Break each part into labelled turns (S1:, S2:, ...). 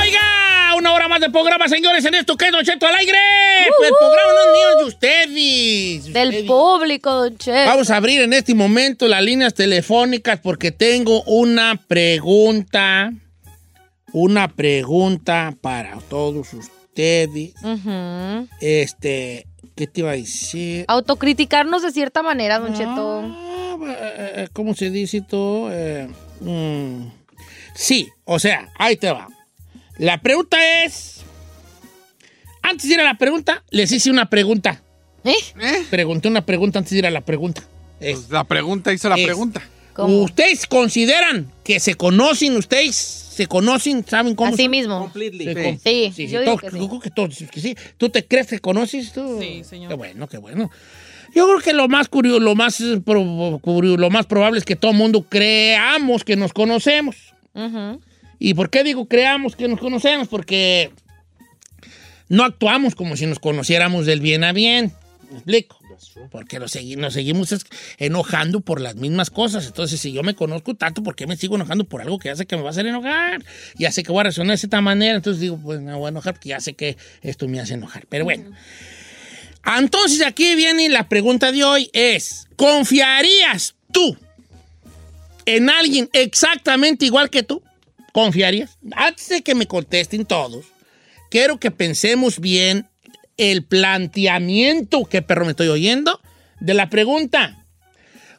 S1: ¡Oiga! Una hora más de programa, señores, en esto que es Don Cheto al aire. Pues El programa no es mío, es de ustedes.
S2: Del
S1: Ustedes.
S2: público, don Cheto.
S1: Vamos a abrir en este momento las líneas telefónicas porque tengo una pregunta. Una pregunta para todos ustedes.
S2: Ujú.
S1: Este, ¿qué te iba a decir?
S2: Autocriticarnos de cierta manera, don Cheto.
S1: Ah, eh, eh, ¿Cómo se dice todo? Eh, mm, sí, o sea, ahí te va. La pregunta es. Antes de ir a la pregunta, les hice una pregunta.
S2: ¿Eh?
S1: Pregunté una pregunta antes de ir a la pregunta. Es-
S3: Pues la pregunta hizo la
S1: Es.
S3: pregunta.
S2: ¿Cómo?
S1: ¿Ustedes consideran que se conocen? ¿Ustedes se conocen? ¿Saben cómo?
S2: Así
S1: se-
S2: mismo.
S1: se
S3: Sí.
S1: con-
S2: Sí, yo digo
S1: todos-
S2: que sí.
S1: creo que todos- que sí. ¿Tú te crees que conoces tú?
S4: Sí, señor.
S1: Qué bueno, qué bueno. Yo creo que lo más curioso, lo más, eh, pro- curio- lo más probable es que todo mundo creamos que nos conocemos.
S2: Ujú.
S1: ¿Y por qué digo creamos que nos conocemos? Porque no actuamos como si nos conociéramos del bien a bien. ¿Me explico? Porque nos, segui- nos seguimos es- enojando por las mismas cosas. Entonces, si yo me conozco tanto, ¿por qué me sigo enojando por algo que ya sé que me va a hacer enojar? Ya sé que voy a reaccionar de cierta manera. Entonces digo, pues me voy a enojar porque ya sé que esto me hace enojar. Pero bueno. Entonces, aquí viene la pregunta de hoy. Es, ¿confiarías tú en alguien exactamente igual que tú? ¿Confiarías? Antes de que me contesten todos, quiero que pensemos bien el planteamiento que perro me estoy oyendo de la pregunta.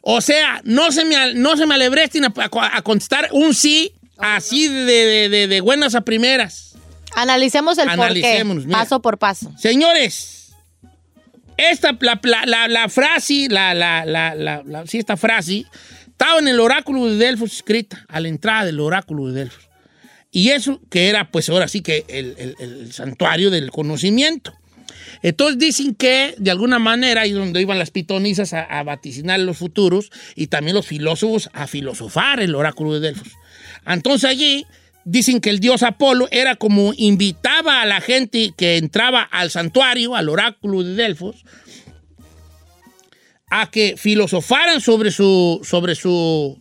S1: O sea, no se me, al- no se me alebresten a, a- a contestar un sí así de, de- de- de buenas a primeras.
S2: Analicemos el porqué.
S1: Analicémonos, mira.
S2: Paso por paso.
S1: Señores, esta la, la- la- la frase, la, la, la- la- la- sí, esta frase estaba en el oráculo de Delfos escrita, a la entrada del oráculo de Delfos. Y eso que era, pues ahora sí que el, el- el santuario del conocimiento. Entonces dicen que, de alguna manera, ahí es donde iban las pitonizas a, a vaticinar los futuros y también los filósofos a filosofar el oráculo de Delfos. Entonces allí dicen que el dios Apolo era como invitaba a la gente que entraba al santuario, al oráculo de Delfos, a que filosofaran sobre su, sobre su,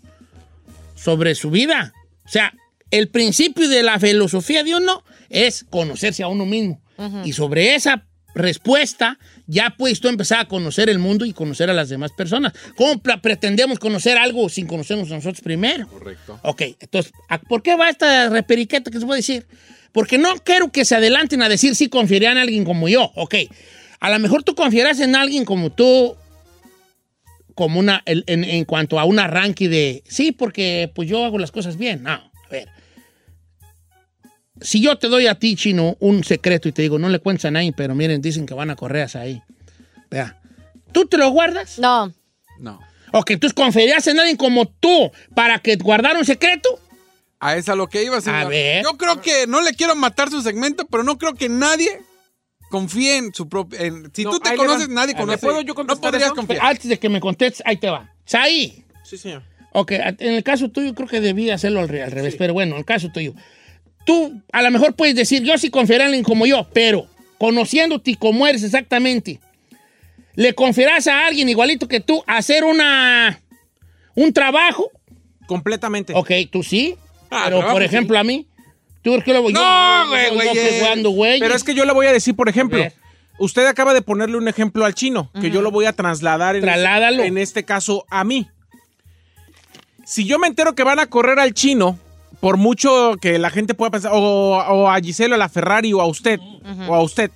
S1: sobre su vida. O sea, el principio de la filosofía de uno es conocerse a uno mismo. Y sobre esa respuesta ya puedes tú empezar a conocer el mundo y conocer a las demás personas. ¿Cómo pla- pretendemos conocer algo sin conocernos a nosotros primero?
S3: Correcto.
S1: Ok, entonces, ¿a- ¿por qué va esta reperiqueta que se puede decir? Porque no quiero que se adelanten a decir si confiarían en alguien como yo. Ok, a lo mejor tú confiarás en alguien como tú, como una, el- en, en cuanto a un arranque de, sí, porque pues yo hago las cosas bien. No, a ver. Si yo te doy a ti, chino, un secreto y te digo, no le cuentes a nadie, pero miren, dicen que van a correr hasta ahí. Vea, ¿tú te lo guardas?
S2: No,
S3: No.
S1: Ok, tú confiarías en alguien como tú para que guardar un secreto.
S3: A esa lo que iba, señor.
S1: ver.
S3: Yo creo que no le quiero matar su segmento, pero no creo que nadie confíe en su propio. en- si
S5: No,
S3: tú te
S5: ahí
S3: conoces,
S5: le va.
S3: nadie
S5: ¿Le
S3: conoce.
S5: puedo yo
S3: no
S5: contestar
S3: podrías
S5: eso?
S1: Pero
S3: confiar.
S1: antes de que me contestes, ahí te va. Saí.
S5: Sí, señor.
S1: Ok, en el caso tuyo creo que debí hacerlo al, re- al revés, pero bueno, en el caso tuyo. Tú a lo mejor puedes decir, yo sí confiaré en alguien como yo, pero conociéndote como eres exactamente, le confiarás a alguien igualito que tú hacer una un trabajo.
S5: Completamente.
S1: Ok, tú sí,
S5: Ah,
S1: pero por
S5: trabajo,
S1: ejemplo a mí, tú crees que lo voy yo-
S3: No, güey,
S1: yo- yo
S3: güey. eh.
S1: que jugando, güey.
S5: Pero es que yo le voy a decir, por ejemplo,
S1: ver.
S3: Usted acaba de ponerle un ejemplo al chino, que yo lo voy a trasladar en,
S1: Trasládalo.
S3: en este caso a mí. Si yo me entero que van a correr al chino, por mucho que la gente pueda pensar, o, o a Giselo, a la Ferrari, o a usted, o a usted,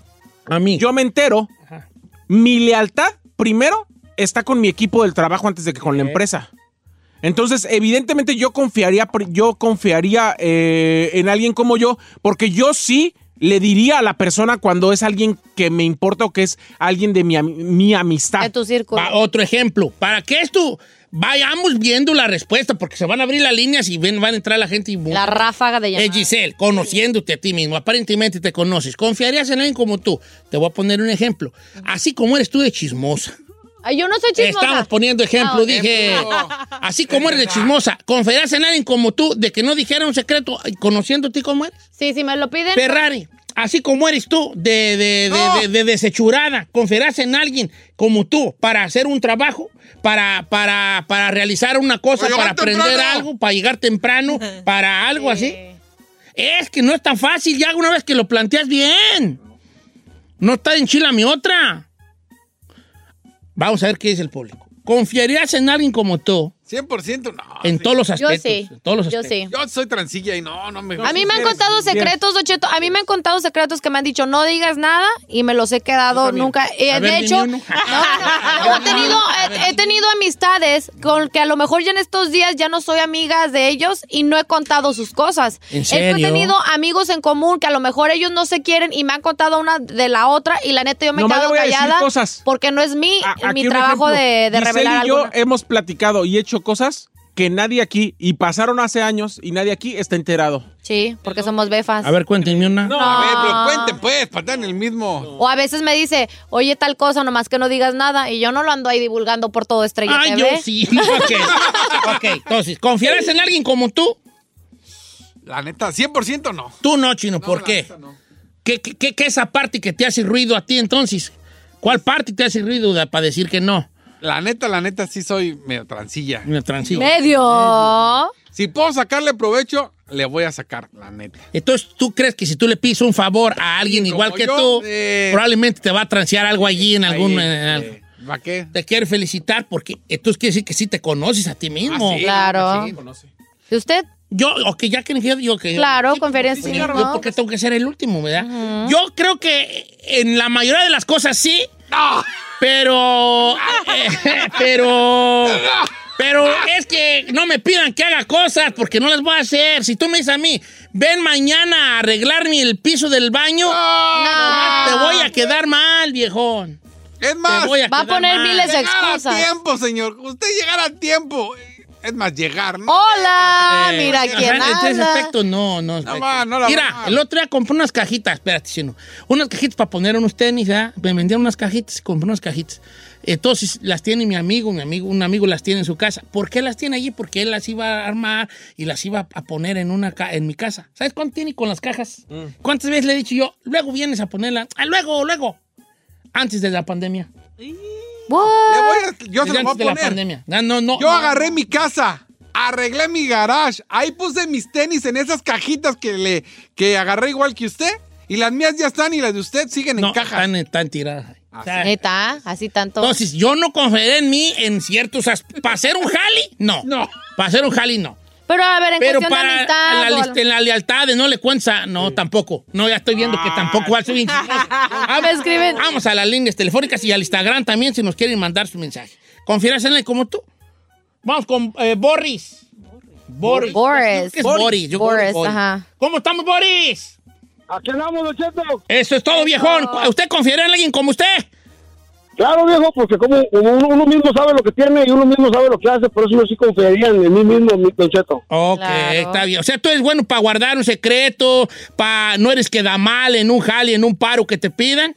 S1: A mí.
S3: yo me entero,
S1: Ajá.
S3: mi lealtad primero está con mi equipo del trabajo antes de que con la
S1: Ok.
S3: empresa. Entonces, evidentemente yo confiaría, pri- yo confiaría eh, en alguien como yo, porque yo sí le diría a la persona cuando es alguien que me importa o que es alguien de mi, ami- mi amistad.
S2: En tu círculo.
S1: Va, otro ejemplo. Para que esto vayamos viendo la respuesta, porque se van a abrir las líneas y ven, van a entrar la gente y.
S2: La ráfaga de
S1: Es
S2: llamadas.
S1: Eh, Giselle, conociéndote a ti mismo, aparentemente te conoces. ¿Confiarías en alguien como tú? Te voy a poner un ejemplo. Así como eres tú de chismosa.
S2: Ay, yo no soy
S1: Te
S2: chismosa.
S1: Estamos poniendo ejemplo,
S2: Ah, ok.
S1: dije. Así como eres de chismosa, ¿confiarías en alguien como tú de que no dijera un secreto ay, conociéndote como eres?
S2: Sí, si me lo piden.
S1: Ferrari, así como eres tú de, de, de- de- de desechurada, ¿confiarás en alguien como tú para hacer un trabajo, para, para, para realizar una cosa, para
S4: Para llegar
S1: aprender
S4: temprano.
S1: algo, para llegar temprano, para algo así? Es que no es tan fácil ya una vez que lo planteas bien. No está en chila mi otra. Vamos a ver qué dice el público. ¿Confiarías en alguien como tú
S4: 100% no.
S1: en
S4: sí.
S1: todos los
S2: Yo
S1: aspectos?
S2: sí.
S1: En todos los
S2: Yo sí.
S1: aspectos.
S4: Yo soy transilla y no, no me.
S2: A mí me han
S3: eres
S2: contado
S3: bien.
S2: secretos, Don Cheto. A mí me han contado secretos que me han dicho no digas nada y me los he quedado nunca. Eh,
S1: A
S2: de
S1: ver, dime
S2: hecho,
S1: uno.
S2: no, no, no, he tenido, he, he tenido amistades con que a lo mejor ya en estos días ya no soy amigas de ellos y no he contado sus cosas.
S1: ¿En
S2: He- He
S1: serio?
S2: tenido amigos en común que a lo mejor ellos no se quieren y me han contado una de la otra y la neta yo me he
S3: Nomás le
S2: quedado
S3: voy a decir
S2: callada
S3: cosas.
S2: porque no es mi,
S3: A- aquí
S2: mi
S3: un
S2: trabajo
S3: ejemplo.
S2: de, de
S3: Giselle
S2: revelar
S3: y yo
S2: algo.
S3: hemos platicado y hecho cosas que nadie aquí, y pasaron hace años, y nadie aquí está enterado.
S2: Sí, porque somos befas.
S1: A ver, cuéntenme una.
S4: A ver, pero cuenten, pues, para estar en el mismo.
S2: O a veces me dice, oye, tal cosa, nomás que no digas nada. Y yo no lo ando ahí divulgando por todo Estrella
S1: Ah, yo
S2: TV.
S1: sí. Ok. Ok, entonces, ¿confiarás en alguien como tú?
S4: La neta, 100% no.
S1: Tú no, Chino, ¿por
S4: la
S1: qué?
S4: neta, no.
S1: ¿Qué, qué, qué- qué esa parte que te hace ruido a ti entonces? ¿Cuál parte te hace ruido para decir que no?
S4: La neta, la neta, sí soy medio transilla.
S1: Mira, transigo.
S2: Medio.
S4: Si puedo sacarle provecho, le voy a sacar, la neta.
S1: Entonces, ¿tú crees que si tú le pides un favor a alguien
S4: Sí,
S1: igual
S4: como
S1: que
S4: yo,
S1: tú,
S4: eh,
S1: probablemente te va a transear algo allí en algún...
S4: Ahí,
S1: en algo?
S4: eh, ¿Va qué?
S1: Te quiero felicitar porque entonces quiere decir que sí te conoces a ti mismo.
S4: Ah, sí,
S2: Claro.
S4: sí, conoce.
S2: ¿Y usted?
S1: Yo, o que ya creen que yo digo que...
S2: Claro, conferencia.
S1: Yo, yo porque tengo que ser el último, ¿verdad? Yo creo que en la mayoría de las cosas sí,
S4: ¡No!
S1: pero... eh, pero... Pero es que no me pidan que haga cosas porque no las voy a hacer. Si tú me dices a mí, ven mañana a arreglarme el piso del baño,
S2: No.
S1: te voy a quedar mal, viejón.
S4: Es
S1: Te
S4: más,
S1: voy a
S2: Va a
S1: quedar
S2: poner
S1: mal.
S2: miles de
S4: llegar a
S2: excusas.
S4: tiempo, señor. Usted llegará a tiempo. Es más, llegar, ¿no?
S2: Hola,
S1: Eh,
S2: Ah, mira
S1: ajá,
S2: quién
S1: En ese
S2: habla.
S1: aspecto, no, no.
S4: No va, no la
S1: Mira,
S4: va.
S1: el otro día compré unas cajitas, espérate, sino unas cajitas para poner unos tenis, ¿verdad? Me vendieron unas cajitas y compré unas cajitas. Entonces las tiene mi amigo, mi amigo, un amigo las tiene en su casa. ¿Por qué las tiene allí? Porque él las iba a armar y las iba a poner en una ca- en mi casa. ¿Sabes cuánto tiene con las cajas? ¿Cuántas veces le he dicho yo? Luego vienes a ponerlas. Ah, luego, luego. Antes de la pandemia.
S2: What?
S4: Le voy a- yo se
S1: Desde
S4: lo voy
S1: antes
S4: a
S1: de la
S4: poner.
S1: pandemia. No, no, no.
S4: Yo agarré mi casa, arreglé mi garage, ahí puse mis tenis en esas cajitas que le que agarré igual que usted y las mías ya están y las de usted siguen
S1: no,
S4: en cajas. Ah,
S1: Están, están tiradas. O sea,
S2: Neta, así tanto.
S1: Entonces, yo no confiaré en mí en ciertos ¿Para hacer un jali? No.
S4: No.
S1: Para hacer un jali, no.
S2: Pero a ver, en
S1: Pero
S2: cuestión de
S1: para
S2: amistad.
S1: la,
S2: o
S1: list-
S2: algo.
S1: en la lealtad de no le cuenta, no, tampoco. No, ya estoy viendo que tampoco va a ser bien chismoso.
S2: Me escriben.
S1: Vamos a las líneas telefónicas y al Instagram también si nos quieren mandar su mensaje. Confieras en él como tú. Vamos con eh, Boris. Boris.
S2: Boris.
S1: ¿Qué es Boris? Yo creo que
S2: Boris,
S1: es Boris.
S2: ajá.
S1: ¿Cómo estamos, Boris?
S5: Aquí andamos, Don Cheto.
S1: Eso es todo, viejón. ¿Usted confiará en alguien como usted?
S5: Claro, viejo, porque como, como uno, uno mismo sabe lo que tiene y uno mismo sabe lo que hace, por eso yo sí confiaría en mí mismo, mi- Don Cheto.
S1: Ok,
S2: Claro.
S1: está bien. O sea, tú eres bueno para guardar un secreto, para no eres que da mal en un jale, en un paro que te pidan.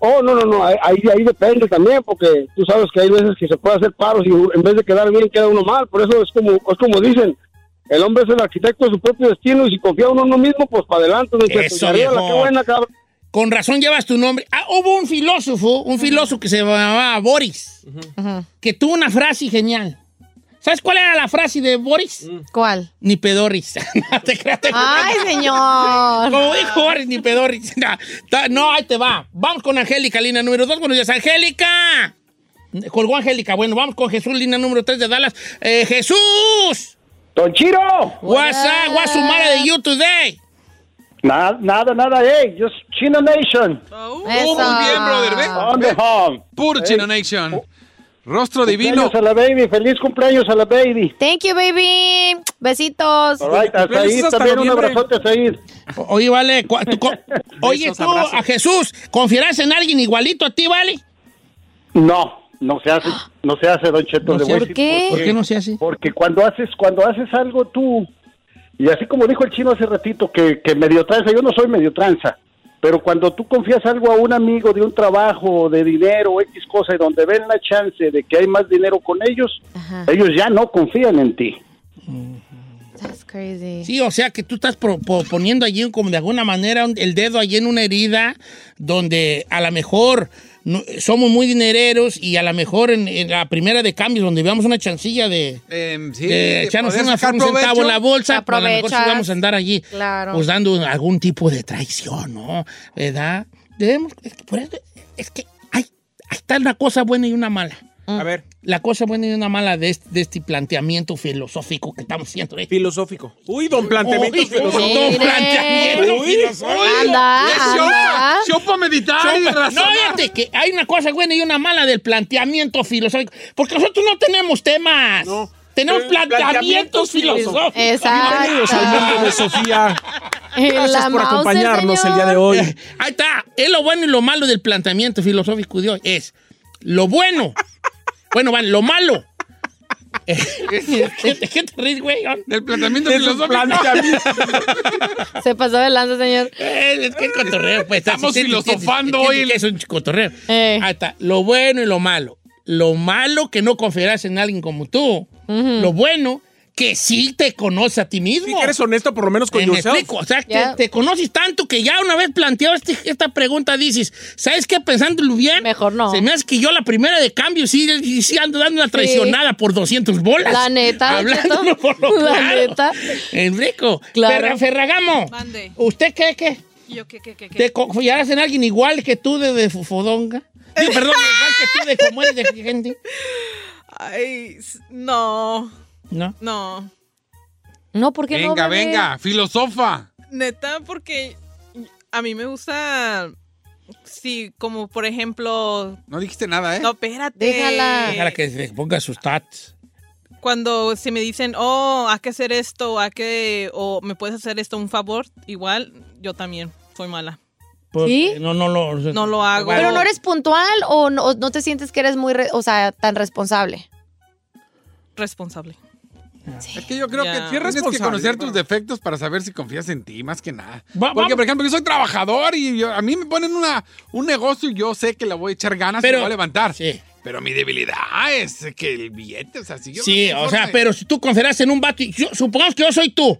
S5: Oh, no, no, no, ahí, ahí ahí depende también, porque tú sabes que hay veces que se puede hacer paros y en vez de quedar bien queda uno mal, por eso es como es como dicen, el hombre es el arquitecto de su propio destino y si confía uno en uno mismo, pues para adelante, Don Cheto.
S1: Eso,
S5: Y arriba,
S1: viejo.
S5: qué buena, cabrón.
S1: Con razón llevas tu nombre. Ah, hubo un filósofo, un filósofo que se llamaba Boris, que tuvo una frase genial. ¿Sabes cuál era la frase de Boris?
S5: Mm.
S2: ¿Cuál?
S1: Ni pedorris. no te creas. te-
S2: Ay, señor.
S1: Como dijo Boris, ni pedorris. No, ta- no, ahí te va. Vamos con Angélica, línea número 2. Buenos días, Angélica. Colgó Angélica. Bueno, vamos con Jesús, línea número 3 de Dallas. Eh, Jesús.
S5: ¡Tonchiro!
S1: What's up? What's Humara de eh? you today?
S5: Nada, nada, nada, hey, just Chino Nation.
S4: Oh, muy bien, brother, ve.
S5: On the home. Pues
S4: Puro Chino Nation. Rostro divino.
S5: Cumpleaños a la baby, feliz cumpleaños a la
S1: oh.
S5: baby.
S2: Thank you, baby. Besitos.
S5: All right, hasta
S3: Cumpleaños
S5: ahí
S3: hasta
S5: también un
S3: noviembre.
S5: abrazote, Said.
S1: O- Oye, vale. cua- tú co- Oye,
S3: Besos,
S1: tú,
S3: abrazos.
S1: a Jesús, ¿confiarás en alguien igualito a ti, vale?
S5: No, no se hace, no se hace, Don Cheto.
S1: No se
S5: le voy a
S1: hace.
S5: decir
S2: ¿Qué?
S1: ¿Por qué no se hace?
S5: Porque cuando haces, cuando haces algo tú, y así como dijo el chino hace ratito, que, que medio tranza, yo no soy medio tranza, pero cuando tú confías algo a un amigo de un trabajo, de dinero, o X cosa, y donde ven la chance de que hay más dinero con ellos,
S2: Ajá.
S5: ellos ya no confían en ti.
S2: That's crazy.
S1: Sí, o sea que tú estás pro- po- poniendo allí un- como de alguna manera un- el dedo allí en una herida donde a lo mejor no- somos muy dinereros y a lo mejor en, en la primera de cambios donde veamos una chancilla de,
S4: Eh, sí,
S1: de echarnos
S4: poder
S1: una-
S4: sacar
S1: un centavo
S4: provecho.
S1: en la bolsa, pues a lo mejor sí
S2: Aprovechas.
S1: vamos a andar allí
S2: Claro.
S1: pues dando algún tipo de traición, ¿no? ¿Verdad? Debemos, es que, por eso- es que hay, ahí está una cosa buena y una mala.
S2: Ah.
S3: A ver,
S1: La cosa buena y una mala de este, de este planteamiento filosófico que estamos haciendo. ¿eh?
S3: filosófico. Uy, don planteamiento
S1: Uy,
S3: filosófico.
S1: don
S2: Mire.
S1: planteamiento
S3: Uy.
S1: filosófico.
S2: Anda,
S4: Es
S2: anda.
S4: show, show pa' meditar y
S1: Chopa. No,
S4: razonar.
S1: fíjate que hay una cosa buena y una mala del planteamiento filosófico. Porque nosotros no tenemos temas.
S3: No.
S1: Tenemos
S3: Pero
S1: planteamientos
S3: planteamientos
S1: filosóficos.
S3: Bienvenidos al mundo de
S2: Exacto.
S3: Sofía.
S2: La
S3: Gracias por
S2: mouse,
S3: acompañarnos el
S2: señor.
S3: día de hoy.
S1: Ahí está. Es lo bueno y lo malo del planteamiento filosófico de hoy. Es lo bueno. bueno, van, lo malo. ¿Qué te- qué te ríes, güey?
S4: Del planteamiento
S3: Es un
S4: filosófico.
S3: planteamiento.
S2: Se pasó de lanza, señor.
S1: Eh, Es que es cotorreo, pues.
S4: Estamos
S1: Así, entiende,
S4: filosofando
S1: entiende
S4: hoy.
S1: que es un cotorreo.
S2: Eh.
S1: Ahí está. Lo bueno y lo malo. Lo malo que no confiarás en alguien como tú. Lo bueno que sí te conoces a ti mismo.
S3: Si eres honesto, por lo menos con
S1: Eh, me
S3: yourself.
S1: explico, o sea, que
S2: Ya.
S1: te conoces tanto que ya una vez planteado este- esta pregunta dices, ¿sabes qué? Pensándolo bien,
S2: Mejor no.
S1: Se me hace que yo la primera de cambio sí, sí ando dando una traicionada por 200 bolas.
S2: La neta,
S1: Hablándolo
S2: Cheto.
S1: por lo
S2: La
S1: claro.
S2: neta.
S1: En rico.
S2: Claro.
S1: Ferra- Ferragamo,
S6: Mande.
S1: ¿usted cree que
S6: Yo, ¿qué, qué, qué, qué?
S1: te confiarás en alguien igual que tú de, de fofodonga? Digo, perdón, igual que tú de cómo eres de gente.
S6: Ay, s- no,
S1: No.
S6: no.
S2: No, ¿por qué no?
S4: Venga,
S2: bebé?
S4: venga, filosofa.
S6: Neta, porque a mí me gusta. Sí, como por ejemplo.
S4: No dijiste nada, ¿eh?
S6: No, espérate.
S2: Déjala.
S1: Para que se ponga sus tats.
S6: Cuando se me dicen, oh, hay que hacer esto, hay que. O me puedes hacer esto un favor, igual, yo también soy mala.
S1: Porque
S2: ¿Sí?
S1: No, no lo,
S6: No lo hago.
S2: Pero no eres puntual o no, o no te sientes que eres muy, re- o sea, tan responsable.
S6: Responsable.
S4: Es que yo creo
S6: Ya.
S4: que tienes que
S3: Responsable,
S4: conocer tus
S3: bueno.
S4: defectos para saber si confías en ti, más que nada.
S1: Va-
S4: Porque,
S1: vamos.
S4: por ejemplo, yo soy trabajador y yo- a mí me ponen una, un negocio y yo sé que le voy a echar ganas y
S1: Pero-
S4: lo voy a levantar.
S1: Sí.
S4: Pero mi debilidad es que el billete, o sea, si yo...
S1: Sí,
S4: no
S1: o sea,
S4: conforme-
S1: pero si tú confiarás en un vato, y yo- supongamos que yo soy tú,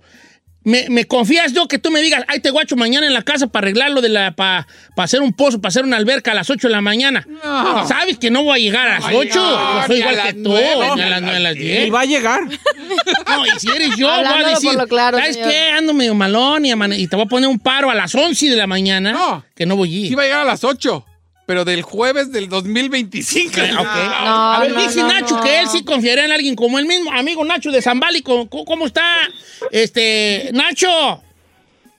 S1: me, me confías yo que tú me digas, ay, te guacho mañana en la casa para arreglarlo, de la para hacer un pozo, para hacer una alberca a las 8 de la mañana.
S4: No.
S1: ¿Sabes que no voy a llegar a las
S4: No voy a
S1: 8?
S4: llegar,
S1: soy
S4: ni a
S1: igual
S4: las
S1: que tú,
S4: nueve,
S1: ni a las 9, a las
S3: Y
S1: 10.
S3: va a llegar.
S1: No, y si eres yo, voy a
S2: Hablándolo
S1: decir,
S2: por lo claro,
S1: ¿sabes
S2: señor.
S1: qué? Ando medio malón y, amane- y te voy a poner un paro a las 11 de la mañana,
S4: No.
S1: que no voy a ir.
S4: Sí va a llegar a las 8, pero del jueves del 2025.
S1: Ah, ok.
S2: No,
S1: a ver,
S2: no,
S1: dice
S2: no,
S1: Nacho
S2: no.
S1: que él sí confiará en alguien como el mismo amigo Nacho de Zambali. ¿Cómo, cómo está? Este, Nacho,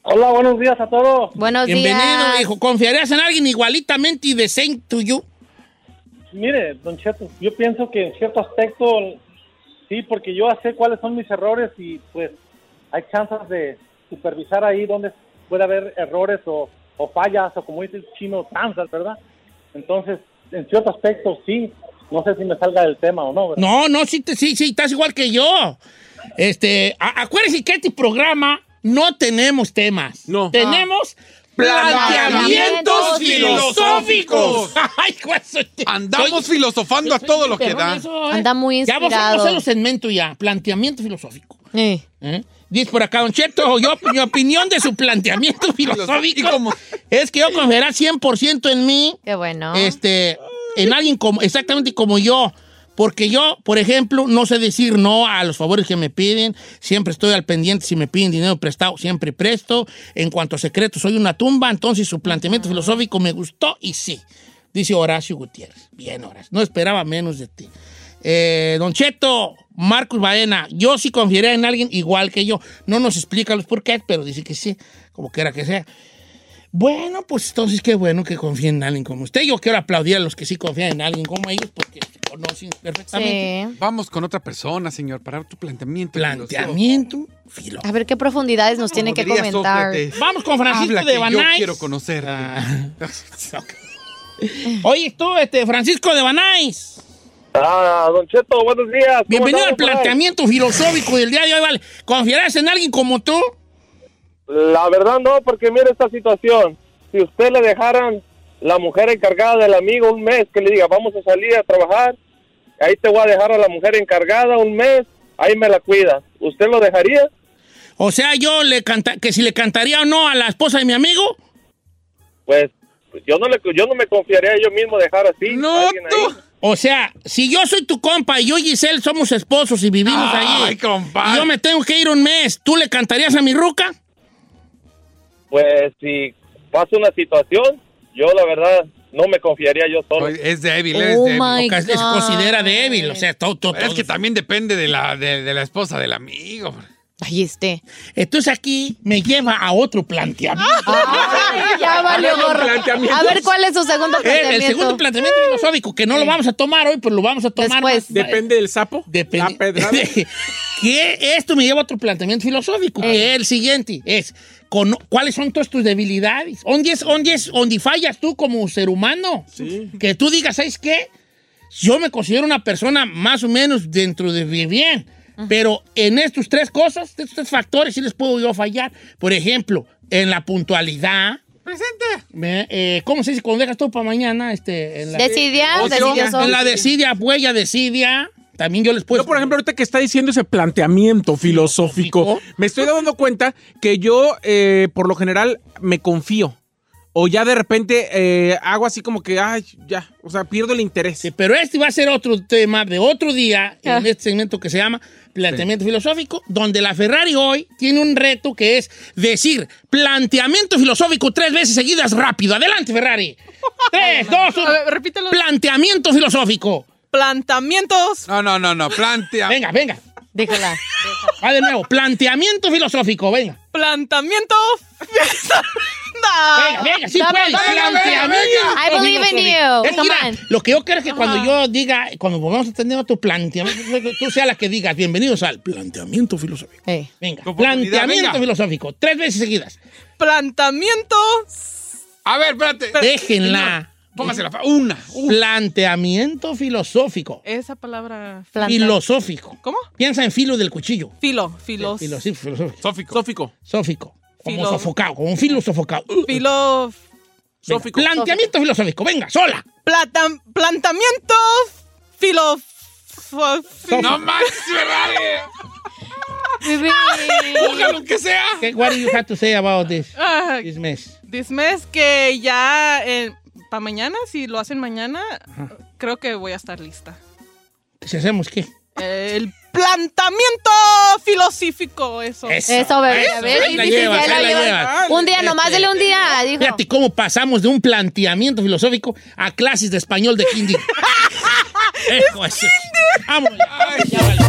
S5: Hola, buenos días a todos.
S2: Buenos
S1: bienvenido,
S2: días.
S1: hijo. ¿Confiarías en alguien igualitamente y decente tuyo?
S5: Mire, don Cheto, yo pienso que en cierto aspecto, sí, porque yo sé cuáles son mis errores y pues hay chances de supervisar ahí donde puede haber errores o, o fallas o como dice el chino, tanzas, ¿verdad? Entonces, en cierto aspecto, sí, no sé si me salga del tema o no, ¿verdad?
S1: No, no, sí, te- sí, sí, estás igual que yo. Este, a- acuérdense que este programa no tenemos temas.
S3: No.
S1: Tenemos planteamientos
S2: Planteamientos
S1: filosóficos.
S4: Ah. filosóficos.
S1: Ay, güey, soy-
S4: Andamos
S1: soy-
S4: filosofando a
S1: soy
S4: todo
S1: bien
S4: lo que
S1: perrón
S4: da.
S1: eso, ¿eh?
S2: Anda muy
S1: Ya
S2: inspirado.
S1: vamos a hacer los segmentos ya. Planteamiento filosófico.
S2: Eh.
S1: ¿Eh? Dice por acá, Don Cheto, yo, mi opinión de su planteamiento filosófico
S4: como-
S1: es que yo confiará 100% en mí,
S2: Qué bueno.
S1: este, en alguien como, exactamente como yo, Porque yo, por ejemplo, no sé decir no a los favores que me piden. Siempre estoy al pendiente. Si me piden dinero prestado, siempre presto. En cuanto a secretos, soy una tumba. Entonces, su planteamiento filosófico me gustó y sí. Dice Horacio Gutiérrez. Bien, Horacio. No esperaba menos de ti. Eh, don Cheto, Marcos Baena, yo sí confiaría en alguien igual que yo. No nos explica los por qué, pero dice que sí, como quiera que sea. Bueno, pues entonces qué bueno que confíen en alguien como usted. Yo quiero aplaudir a los que sí confían en alguien como ellos porque se conocen perfectamente.
S2: Sí.
S4: Vamos con otra persona, señor, para tu planteamiento.
S1: Planteamiento, filo.
S2: A ver qué profundidades nos tienen que
S4: Diría
S2: comentar.
S4: Sócrates,
S1: Vamos con Francisco
S4: Habla
S1: de
S4: que yo
S1: Banais.
S4: quiero conocerte.
S1: Ah. Ok. Oye, tú, este, Francisco de Banais.
S5: Ah, don Cheto, buenos días. ¿Cómo
S1: Bienvenido al
S5: andamos por ahí?
S1: planteamiento filosófico del día de hoy, ¿vale? ¿Confiarás en alguien como tú?
S5: La verdad no, porque mire esta situación. Si usted le dejaran la mujer encargada del amigo un mes, que le diga, vamos a salir a trabajar, ahí te voy a dejar a la mujer encargada un mes, ahí me la cuida. ¿Usted lo dejaría?
S1: O sea, yo le canta que si le cantaría o no a la esposa de mi amigo.
S5: Pues yo no le, yo no me confiaría yo mismo dejar así.
S4: No,
S5: a alguien ahí.
S4: tú.
S1: O sea, si yo soy tu compa y yo y Giselle somos esposos y vivimos ahí.
S4: Ay, compadre.
S1: Y yo me tengo que ir un mes. ¿Tú le cantarías a mi ruca?
S5: Pues si pasa una situación, yo la verdad no me confiaría yo solo.
S4: Oye, Pues Es débil, es
S2: Oh
S4: débil.
S2: my
S1: Porque se
S2: God.
S1: considera débil. O sea, todo, todo,
S4: Es
S1: todo.
S4: que también depende de la, de, de la esposa del amigo.
S2: Ahí esté.
S1: Entonces aquí me lleva a otro planteamiento.
S2: Ya valió
S3: Hablando de
S2: gorro.
S3: planteamientos.
S2: A ver cuál es su segundo
S1: Eh,
S2: planteamiento.
S1: el segundo planteamiento filosófico, que no lo vamos a tomar hoy, pero lo vamos a tomar
S2: Después.
S1: más-
S3: Depende del sapo.
S1: Depende-
S3: La pedrada.
S1: que esto me lleva a otro planteamiento filosófico,
S2: Eh.
S1: que es el siguiente, es cono- cuáles son todas tus debilidades, ¿Dónde es, dónde es, dónde fallas tú como ser humano, que tú digas, ¿sabes qué? Yo me considero una persona más o menos dentro de mi bien, pero en estos tres cosas, estos tres factores sí les puedo yo fallar, por ejemplo, en la puntualidad,
S4: Presente.
S1: me- eh, ¿cómo se dice? Cuando dejas todo para mañana, este, en la,
S2: Decidia, decidió
S1: en
S2: solo.
S1: la desidia, huella desidia, también yo les puedo...
S3: yo, por ejemplo, ahorita que está diciendo ese planteamiento filosófico,
S1: Filosófico.
S3: me estoy dando cuenta que yo, eh, por lo general, me confío. O ya de repente eh, hago así como que, ay, ya, o sea, pierdo el interés.
S1: Sí, pero este va a ser otro tema de otro día
S2: Ah.
S1: en este segmento que se llama Planteamiento Filosófico, donde la Ferrari hoy tiene un reto que es decir planteamiento filosófico tres veces seguidas rápido. Adelante, Ferrari. Tres, dos, uno.
S6: A ver, repítelo.
S1: Planteamiento filosófico.
S6: Plantamientos.
S4: No, no, no, no. Plantea.
S1: Venga, venga.
S2: Déjala.
S1: Va de nuevo. Planteamiento filosófico. Venga.
S6: Plantamiento.
S1: Venga, venga. Sí,
S2: Dame,
S1: puedes.
S2: dame, dame,
S1: Planteamiento.
S2: I believe in
S1: Es
S2: you.
S1: que
S2: Come
S1: mira,
S2: on.
S1: Lo que yo quiero es que cuando yo diga, cuando volvamos a tener otro planteamiento, tú seas la que digas, bienvenidos al planteamiento filosófico.
S2: Ey.
S1: Venga,
S4: Con oportunidad,
S1: planteamiento
S4: venga.
S1: filosófico, tres veces seguidas.
S6: Plantamiento.
S4: A ver, espérate.
S1: Déjenla.
S4: Póngasela. fa- Una.
S1: Planteamiento filosófico.
S6: Esa palabra.
S2: Planta-
S1: Filosófico.
S6: ¿Cómo?
S1: Piensa en filo del cuchillo.
S6: Filo. Filos.
S1: Filo, sí, filosófico.
S4: Sófico.
S3: Sófico.
S1: Sófico. Como
S6: Filo-
S1: sofocado, como un filo sofocado. Uh, venga.
S6: Filo.
S3: Sófico.
S1: Planteamiento filosófico, venga, sola.
S6: Plata, plantamiento. Filo. fo- fi-
S1: Sófico.
S4: No más, ¿verdad? Ponga lo que sea.
S1: ¿Qué- What do you have to say about this,
S6: Ah,
S1: this mess?
S6: this mes que ya. para mañana, si lo hacen mañana, creo que voy a estar lista.
S1: Si hacemos qué?
S6: El plantamiento filosófico, eso.
S2: Eso, bebé, a ver,
S1: ahí
S2: sí,
S1: la
S2: sí, sí,
S1: llevas,
S2: ahí la
S1: ahí la
S2: llevas.
S1: llevas.
S2: Un día, nomás dele un día, dijo.
S1: Fíjate cómo pasamos de un planteamiento filosófico a clases de español de kinder. Eso es. Vámonos. Ya vale.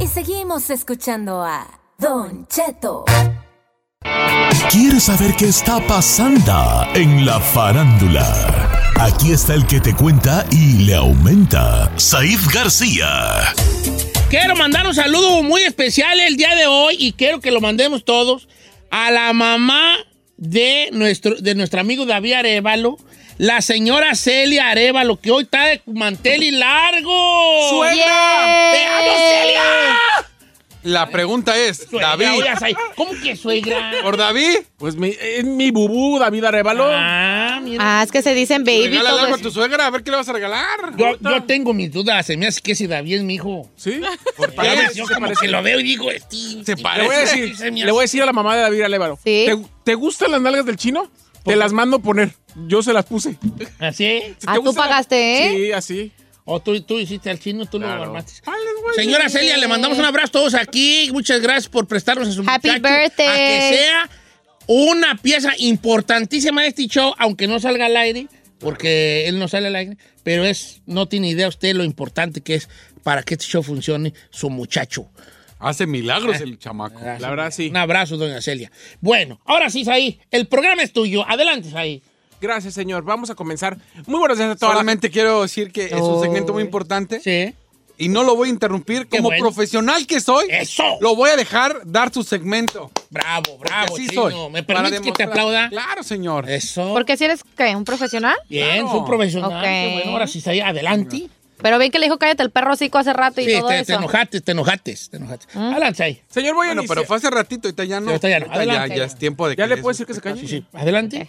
S7: Y seguimos escuchando a Don Cheto.
S8: ¿Quieres saber qué está pasando en la farándula? Aquí está el que te cuenta y le aumenta, Saif García.
S1: Quiero mandar un saludo muy especial el día de hoy y quiero que lo mandemos todos a la mamá de nuestro, de nuestro amigo David Arevalo, la señora Celia Arevalo, que hoy está de mantel y largo.
S3: Suegra.
S1: ¡Te amo, Celia!
S4: La pregunta es,
S1: Suegra,
S4: David,
S1: oigas ahí. ¿Cómo que suegra?
S4: ¿por David?
S3: Pues mi, es mi bubú, David Arevalo.
S1: Ah, mira.
S2: Ah, es que se dicen baby.
S4: Regálale
S2: todo
S4: algo a
S2: eso.
S4: tu suegra, a ver qué le vas a regalar.
S1: Yo, yo tengo mis dudas. Se me hace que si David es mi hijo.
S3: ¿Sí?
S1: Yo,
S3: Parece-
S1: yo
S3: se
S1: como
S3: parece.
S1: que lo veo y digo, este,
S4: Se
S1: este,
S3: Le
S4: parece.
S3: voy a
S1: este,
S3: decir,
S1: se me
S3: le voy a, decir a la mamá de David Arevalo.
S2: Sí.
S3: ¿Te, te gustan las nalgas del chino? Te las mando poner. Yo se las puse.
S1: hace- ¿Así?
S3: Si
S2: Ah,
S3: te
S2: tú
S3: gusta-
S2: pagaste, ¿eh?
S3: Sí, así.
S1: O tú, tú hiciste al chino, tú lo armaste.
S4: Ah,
S3: güey.
S1: Señora Celia, le mandamos un abrazo a todos aquí. Muchas gracias por prestarnos a su
S2: Happy
S1: muchacho.
S2: birthday.
S1: A que sea una pieza importantísima de este show, aunque no salga al aire, porque él no sale al aire, pero es, no tiene idea usted lo importante que es para que este show funcione su muchacho.
S4: Hace
S1: Ah.
S4: milagros el chamaco.
S3: La verdad, sí.
S1: Un abrazo, doña Celia. Bueno, ahora sí, Saí, el programa es tuyo. Adelante, Saí.
S3: Gracias, señor. Vamos a comenzar. Muy buenos días a toda la
S4: Solamente quiero decir que es un segmento muy importante
S1: Sí.
S4: y no lo voy a interrumpir.
S1: Qué
S4: Como
S1: bueno.
S4: profesional que soy,
S1: Eso.
S4: lo voy a dejar dar su segmento.
S1: Bravo,
S4: porque
S1: bravo,
S4: así
S1: chino.
S4: soy.
S1: ¿Me
S4: Para
S1: permites que te
S4: demostrar-
S1: aplauda?
S4: Claro, señor.
S1: Eso.
S2: Porque si eres, ¿qué? ¿Un profesional?
S1: Bien,
S4: Claro.
S1: fue un profesional.
S2: Ok.
S1: Qué bueno, ahora sí, Saí, adelante.
S2: Pero ven que le dijo cállate el perro hocico hace rato y
S1: Sí,
S2: todo
S1: te, te
S2: eso. ¿Mm?
S1: enojaste, te enojaste, te enojaste. Adelante ahí.
S3: Señor, voy a
S4: Bueno, pero
S3: iniciar.
S4: fue hace ratito, ahorita ya no.
S1: Sí, ahorita ya no.
S4: ya,
S1: Adelante.
S4: ya es tiempo de
S3: ¿Ya le
S4: dé
S3: puedo
S4: su-
S3: decir que se calle?
S1: Adelante.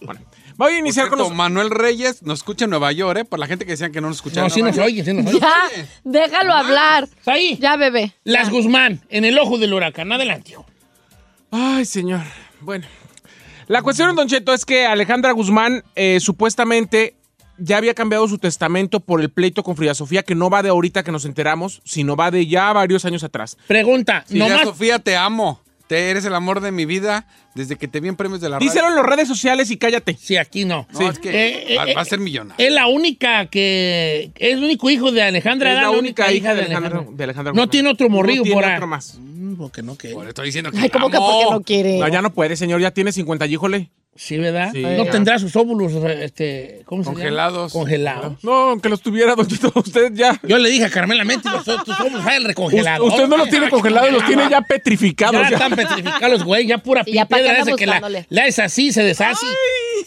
S3: Voy a
S4: Por
S3: iniciar con
S4: cierto,
S3: los...
S4: Manuel Reyes nos escucha en Nueva York, ¿eh? Por la gente que decían que no nos escuchaba.
S1: No,
S4: en
S1: sí nos
S4: Nueva York.
S1: oyen, sí nos oyen.
S2: Ya, déjalo hablar.
S1: Ahí.
S2: Ya, bebé.
S1: Las Guzmán, en el ojo del huracán. Adelante, hijo.
S3: Ay, señor. Bueno. La cuestión, Don Cheto, es que Alejandra Guzmán eh, supuestamente ya había cambiado su testamento por el pleito con Frida Sofía, que no va de ahorita que nos enteramos, sino va de ya varios años atrás.
S1: Pregunta,
S4: Sí,
S1: no
S4: ya,
S1: más.
S4: Sofía, te amo. Te eres el amor de mi vida desde que te vi en premios de la radio.
S3: Díselo en las redes sociales y cállate.
S1: Sí, aquí no.
S4: No, es que
S1: Eh, eh,
S4: va,
S1: eh,
S4: va a ser millonario.
S1: Es la única que. Es el único hijo de Alejandra.
S3: Es
S1: era
S3: la única hija de Alejandra- de Alejandra
S1: No
S3: Guzmán.
S1: tiene otro
S3: No
S1: morrido
S3: tiene
S1: por ahí.
S3: otro más.
S1: Mm, Porque no que.
S4: Por eso estoy diciendo que.
S2: Ay, ¿cómo que porque no quiere?
S3: No, ya no puede, señor, ya tiene 50, híjole.
S1: Sí, ¿verdad?
S3: Sí.
S1: no
S3: Ya.
S1: tendrá sus óvulos este, ¿cómo se llama?
S4: Congelados.
S1: Congelados.
S3: No, que los tuviera, Don Cheto, usted ya.
S1: Yo le dije a Carmela Menti, los, tus óvulos Ah, hay recongelados.
S3: Usted no los tiene congelados, los tiene ya petrificados.
S1: Ya
S3: ya.
S1: están petrificados, güey. Ya pura
S2: Sí, ya para qué
S1: piedra
S2: anda
S1: esa que la,
S2: buscándole.
S1: la es así, se deshace.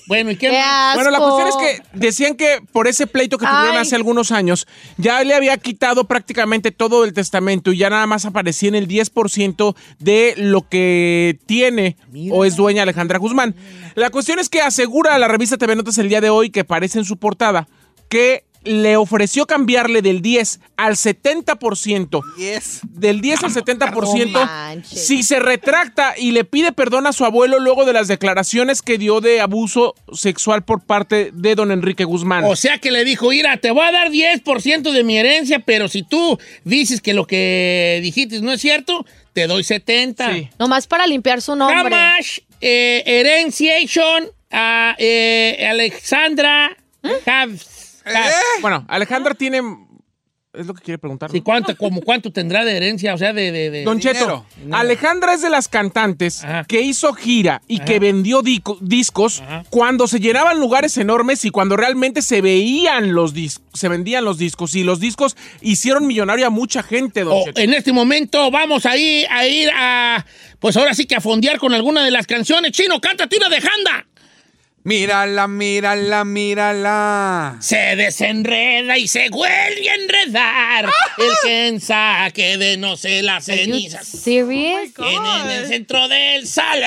S1: Bueno, ¿y qué?
S2: Qué
S1: más?
S2: asco.
S3: Bueno, la cuestión es que decían que por ese pleito que tuvieron
S2: Ay.
S3: hace algunos años, ya le había quitado prácticamente todo el testamento y ya nada más aparecía en el 10% de lo que tiene o es dueña Alejandra Guzmán. La cuestión es que asegura la revista TV Notas el día de hoy, que aparece en su portada, que le ofreció cambiarle del 10 al 70%.
S4: Yes.
S3: Del 10 al 70%
S2: No manches.
S3: si se retracta y le pide perdón a su abuelo luego de las declaraciones que dio de abuso sexual por parte de don Enrique Guzmán.
S1: O sea que le dijo, mira, te voy a dar 10% de mi herencia, pero si tú dices que lo que dijiste no es cierto, te doy 70.
S3: Sí.
S2: Nomás para limpiar su
S1: How
S2: nombre.
S1: much, eh, herenciation a eh, Alexandra Habs- Habs?
S3: ¿Eh? Bueno, Alejandra tiene... Es lo que quiere preguntar.
S1: Sí, ¿cuánto, como ¿Cuánto tendrá de herencia? O sea, de... de- de-
S3: Don
S4: Dinero.
S3: Cheto, Alejandra es de las cantantes
S1: Ajá.
S3: que hizo gira y que vendió dico- discos
S1: Ajá.
S3: cuando se llenaban lugares enormes y cuando realmente se veían los discos, se vendían los discos y los discos hicieron millonario a mucha gente, don
S1: O,
S3: Cheto.
S1: en este momento vamos a ir a ir a... Pues ahora sí que a fondear con alguna de las canciones. Chino, cántate una de Janda.
S4: Mírala, mírala, mírala.
S1: Se desenreda y se vuelve a enredar. El que ensaque de no sé las
S2: ¡Ah! Are you
S1: cenizas.
S2: serious?
S1: Tiene en el centro del salón.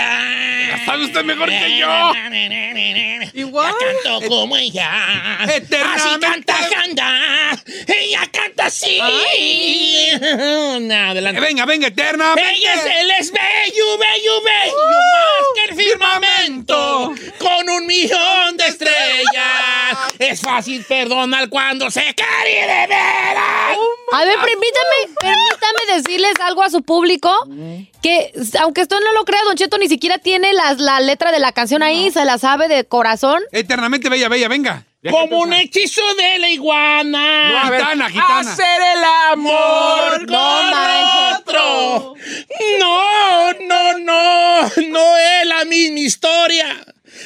S4: La sabe usted mejor que yo.
S1: Igual.
S6: Igual.
S1: canto como ella.
S4: Eternamente.
S1: Así canta Janda. Ella canta así. Nah, adelante.
S4: Venga, venga, eterna.
S1: Ella es, él es bello, bello, bello,
S4: Uh,
S1: más que el firmamento, con un millón de estrellas. es fácil perdonar cuando se quiere de veras.
S4: Oh,
S2: A ver, permítame, permítame decirles algo a su público.
S1: Mm.
S2: Que aunque esto no lo crea, Don Cheto ni siquiera tiene las- la letra de la canción ahí, se la sabe de corazón.
S1: Eh,
S4: Eternamente bella, bella, venga.
S1: Como un hechizo de la iguana.
S4: No, a ver. Gitana, gitana.
S3: Hacer el amor.
S1: amor con otro. No, no, no, no es la misma historia.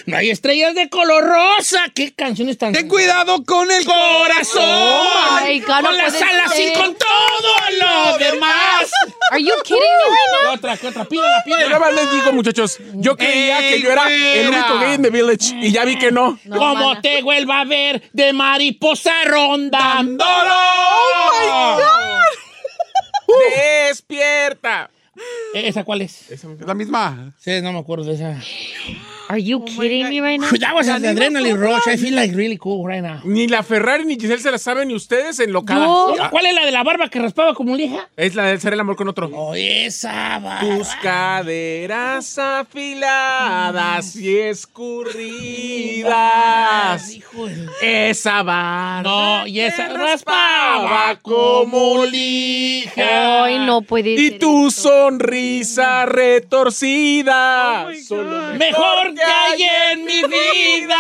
S1: No hay estrellas de color rosa. ¿Qué canciones tan...
S4: Ten cuidado con el
S1: corazón.
S2: Ay, cara,
S1: con las
S2: puede
S1: alas y
S2: ser.
S1: con todo lo demás.
S2: Are you kidding me right now?
S1: ¿Qué otra, qué otra? Pídela,
S3: Yo
S1: pídela.
S3: nada más les digo, muchachos, yo creía
S4: ¡Ey,
S3: que yo era el
S4: güera!
S3: único gay en The Village y ya vi que no.
S2: No,
S1: Como
S2: mana.
S1: te vuelva a ver de mariposa Oh, rondando.
S3: ¡Despierta!
S1: ¿E- ¿Esa cuál es?
S4: La misma.
S1: Sí, no me
S2: Pues,
S1: acuerdo de esa.
S2: Are you kidding me right now?
S1: That was an adrenaline rush. I feel like really cool right now.
S3: Ni la Ferrari ni Giselle se la saben ni ustedes en lo Ah.
S2: Yo-
S1: ¿Cuál es la de la barba que raspaba como lija?
S3: Es la de hacer el amor con otro.
S1: Oh, esa barba.
S3: Tus caderas afiladas y escurridas.
S1: Hijo de-
S3: Esa barba.
S1: No, y esa
S3: que
S1: raspaba como lija.
S2: Ay, no puede
S3: Y
S2: ser
S3: tu
S2: esto.
S3: sonrisa retorcida. Solo
S1: Oh Mejor que hay en mi vida.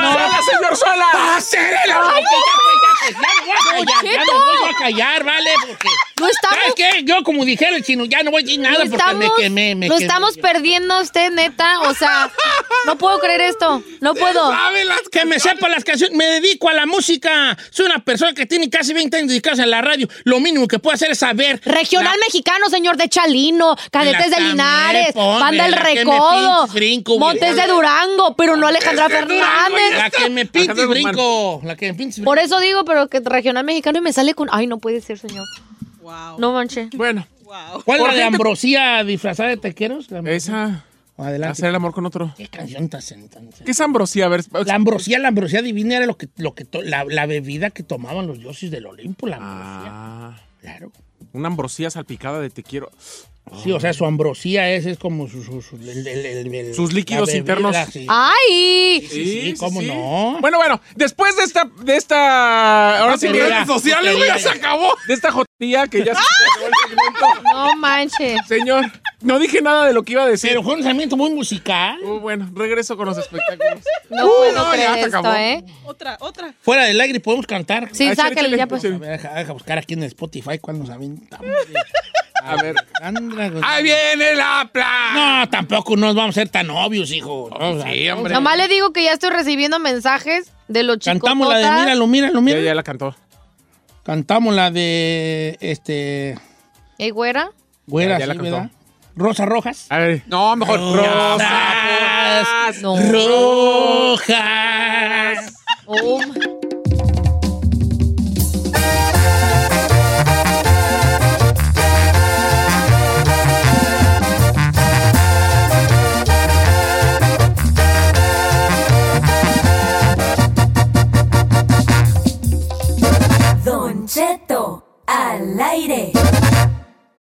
S3: No. ¡Sola, señor Sola!
S1: Ay, ya, pues, ya, pues, ya, ya, ya me voy a callar, ¿vale? Porque,
S2: No estamos,
S1: ¿Sabes qué? Yo, como dijera el chino, ya no voy a decir nada
S2: no
S1: porque
S2: estamos,
S1: me quemé. Me
S2: lo
S1: quemé.
S2: estamos perdiendo a usted, neta. O sea, no puedo creer esto. No puedo.
S1: Que me sepa las canciones. Me dedico a la música. Soy una persona que tiene casi 20 años dedicados a la radio. Lo mínimo que puedo hacer es saber.
S2: Regional mexicano, señor de Chalino, Cadetes de
S1: camé,
S2: Linares,
S1: ponme,
S2: Banda El
S1: la que me
S2: Recodo,
S1: pinches brinco,
S2: Montes de
S1: viejo.
S2: Durango, pero no Alejandra Fernández.
S1: La que me pinta y
S3: Alejandro Guzmán.
S1: brinco. La que me pinta y brinco.
S2: Por eso digo, pero que regional mexicano y me sale con. Ay, no puede ser, señor.
S6: Wow.
S2: No manche.
S3: Bueno,
S6: Wow.
S1: ¿Cuál es
S3: Por
S1: la de
S3: gente-
S1: Ambrosía disfrazada de tequeros? La-
S3: esa. Hacer
S1: Adelante.
S3: el amor con otro.
S1: ¿Qué canción tan sen- tan sen-
S3: ¿Qué es ambrosía? A ver. pues,
S1: La ambrosía, la ambrosía divina era lo que, lo que to- la, la bebida que tomaban los dioses del Olimpo, la ambrosía.
S3: Ah,
S1: Claro.
S3: una ambrosía salpicada de te quiero.
S1: Sí, o sea, su ambrosía es, es como su, su- su- el- el- el- el-
S3: Sus
S1: la
S3: líquidos
S1: bebida,
S3: internos.
S1: sí.
S2: ¡Ay!
S1: Sí, sí, cómo no.
S3: Bueno, bueno, después de esta. De esta ahora sí que.
S1: Mira,
S4: Redes sociales, güey, ya se acabó.
S3: De esta jotilla que ya
S1: Ah.
S3: se acabó el segmento.
S2: No manches.
S3: Señor, no dije nada de lo que iba a decir.
S1: Pero fue un lanzamiento muy musical.
S3: Uh, bueno, regreso con los espectáculos.
S2: No
S3: Uh,
S2: puedo
S3: no, ya
S2: creer
S3: se
S2: esto,
S3: acabó.
S2: ¿eh?
S6: Otra, otra.
S1: Fuera del aire podemos cantar.
S2: Sí,
S3: Ay,
S2: sáquenle
S3: échale,
S2: ya, pues.
S1: A ver, deja, deja buscar aquí en Spotify cuál nos aventamos. A ver. Alejandra Guzmán.
S4: Ahí viene la plan.
S1: No, tampoco nos vamos a ser tan obvios, hijo. No, o sea,
S4: sí, hombre.
S2: Nomás le digo que ya estoy recibiendo mensajes de los chicos.
S1: Cantamos la de míralo, míralo,
S3: Ya,
S1: míralo.
S3: ya la cantó.
S1: Cantamos la de este
S2: ¿Ey, güera?
S1: güera,
S3: Ya, ya la
S1: sí,
S3: cantó.
S1: ¿verdad? Rosa Rojas.
S3: A ver.
S4: No, mejor.
S1: Rosas
S2: No.
S1: rojas.
S2: Oh,
S7: Don Cheto al aire.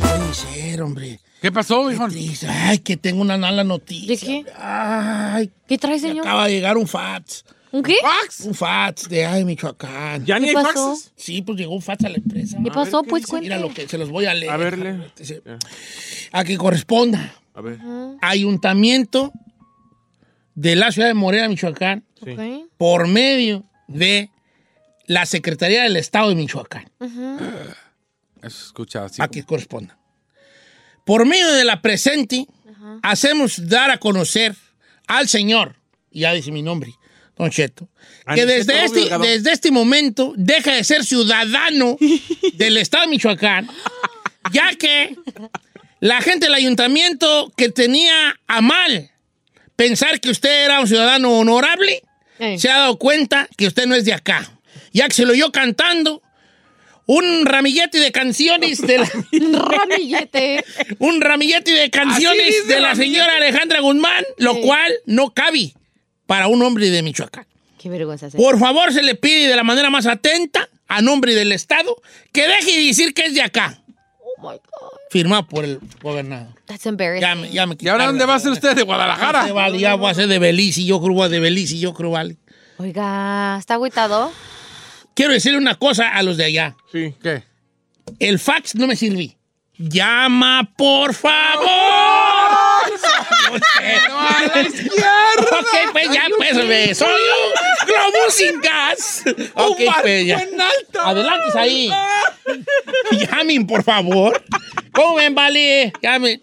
S1: ver, hombre.
S4: ¿Qué pasó, hijo?
S1: Ay, que tengo una mala noticia.
S2: Oh, ¿De qué?
S1: Ay.
S2: ¿Qué trae, señor?
S1: Acaba de llegar un fax.
S2: ¿Un qué?
S1: Un fax de ay, Michoacán.
S3: ¿Ya ni
S2: ¿Qué hay pasó? faxes?
S1: Sí, pues llegó un fax a la empresa.
S2: ¿Qué
S1: A
S2: pasó?
S1: ver,
S2: Pues,
S1: dice? Mira
S2: cuente.
S1: lo que se los voy a leer.
S3: A ver, lee.
S1: Dice, A que corresponda.
S3: A ver.
S1: Ayuntamiento de la ciudad de Morena, Michoacán,
S2: Ok.
S1: por medio de la Secretaría del Estado de Michoacán.
S2: Ujú.
S4: Eso escucha así.
S1: A que corresponda. Por medio de la presente, hacemos dar a conocer al señor, y ya dice mi nombre, Don Cheto,
S3: Ah,
S1: que
S3: Don
S1: desde
S3: Cheto, obvio,
S1: este,
S3: cabrón.
S1: desde este momento deja de ser ciudadano del Estado de Michoacán, ya que la gente del ayuntamiento que tenía a mal pensar que usted era un ciudadano honorable,
S2: Eh.
S1: se ha dado cuenta que usted no es de acá, ya que se lo oyó cantando un ramillete de canciones de la-
S2: Ramillete.
S1: un ramillete de
S4: Así
S1: canciones
S4: dice
S1: de la
S4: ramillete.
S1: señora Alejandra Guzmán, lo
S2: Sí.
S1: cual no cabe para un hombre de Michoacán.
S2: Qué vergüenza. señor.
S1: Por favor, se le pide de la manera más atenta, a nombre del Estado, que deje de decir que es de acá.
S2: Oh my God.
S1: Firmado por el gobernador.
S2: That's embarrassing.
S1: Ya me, ya me
S4: ¿Y ahora
S1: quitaron
S4: dónde
S1: la-
S4: va a ser usted? ¿De Guadalajara?
S1: Ya vale, ya voy a ser de Belice, yo creo voy de Belice, yo creo vale.
S2: Oiga, ¿está agüitado?
S1: Quiero decirle una cosa a los de allá.
S3: Sí.
S4: ¿Qué?
S1: El fax no me sirvió. Llama, por favor.
S4: ¡A la izquierda!
S1: ok, pues ya, pues, me- soy un globo sin gas. Ok,
S4: ¡Un barco
S1: pues ya.
S4: en alto! Ah.
S1: Adelante, ahí. Llamen, por favor. ¿Cómo ven, vale? Llamen.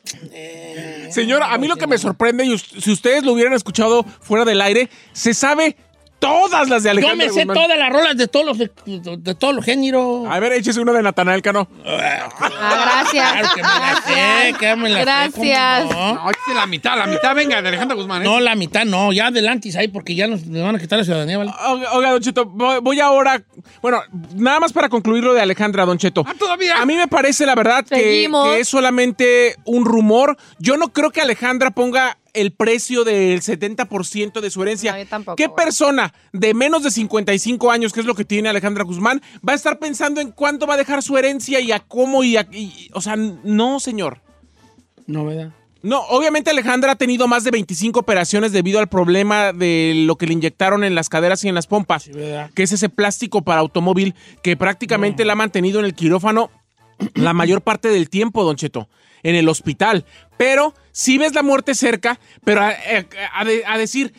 S3: Señor, a mí lo que me sorprende, y us- si ustedes lo hubieran escuchado fuera del aire, se sabe todas las de
S1: Yo
S3: Alejandro.
S1: me sé
S3: Guzmán.
S1: todas las rolas de todos los, de, todos los géneros.
S3: A ver, échese una de Natanael Cano.
S2: Ah, gracias.
S1: Claro que me la sé, que me la sé,
S2: Gracias.
S1: ¿cómo no?
S4: No, es la mitad, la mitad, venga, de Alejandra Guzmán. ¿eh?
S1: No, la mitad no, ya adelante ahí porque ya nos, nos van a quitar la ciudadanía, ¿vale?
S3: Oiga, oiga, Don Cheto, voy, voy ahora. Bueno, nada más para concluir lo de Alejandra, Don Cheto.
S4: Ah, todavía.
S3: A mí me parece, la verdad, que,
S2: Seguimos.
S3: que es solamente un rumor. Yo no creo que Alejandra ponga el precio del 70% de su herencia.
S2: No, yo tampoco,
S3: ¿Qué
S2: güey.
S3: persona de menos de 55 años, que es lo que tiene Alejandra Guzmán, va a estar pensando en cuánto va a dejar su herencia y a cómo y a... y- o sea, no, señor.
S1: No, ¿verdad?
S3: No, obviamente Alejandra ha tenido más de 25 operaciones debido al problema de lo que le inyectaron en las caderas y en las pompas,
S1: ¿verdad?
S3: que es ese plástico para automóvil que prácticamente la ha mantenido en el quirófano la mayor parte del tiempo, Don Cheto, en el hospital. Pero si ves la muerte cerca, pero a, a- a de- a decir,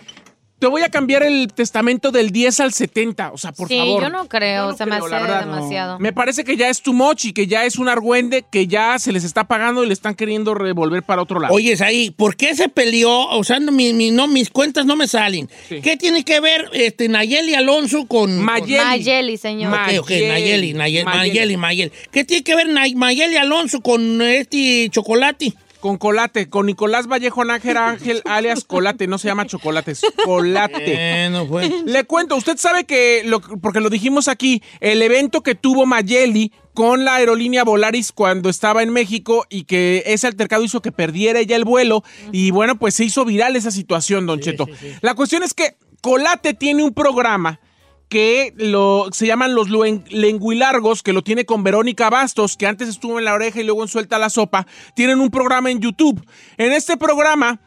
S3: te voy a cambiar el testamento del 10 al 70, o sea, por
S2: sí,
S3: favor.
S2: yo no creo.
S3: Yo no
S2: se me
S3: creo, la
S2: hace
S3: verdad, no.
S2: demasiado.
S3: Me parece que ya es too much y que ya es un argüende que ya se les está pagando y le están queriendo revolver para otro lado.
S1: Oye, ahí, ¿por qué se peleó? O sea, no, mi- mi- no, mis cuentas no me salen.
S3: Sí.
S1: ¿Qué tiene que ver este, Nayeli Alonso con... con-
S3: Mayeli.
S2: Mayeli, señor.
S3: Ma-
S1: Ok, ok, Nayeli, Nayeli,
S3: Mayeli.
S1: Nayeli, Mayeli. ¿Qué tiene que ver Nay- Mayeli Alonso con este chocolate?
S3: Con Colate, con Nicolás Vallejo Nájera Ángel, alias Colate, no se llama chocolate, es Colate.
S1: Bueno, pues.
S3: Le cuento, usted sabe que, lo- porque lo dijimos aquí, el evento que tuvo Mayeli con la aerolínea Volaris cuando estaba en México y que ese altercado hizo que perdiera ella el vuelo y bueno, pues se hizo viral esa situación, don Cheto. La cuestión es que Colate tiene un programa que lo, se llaman los luen- lenguilargos, que lo tiene con Verónica Bastos, que antes estuvo en la oreja y luego en Suelta la Sopa, tienen un programa en YouTube. En este programa,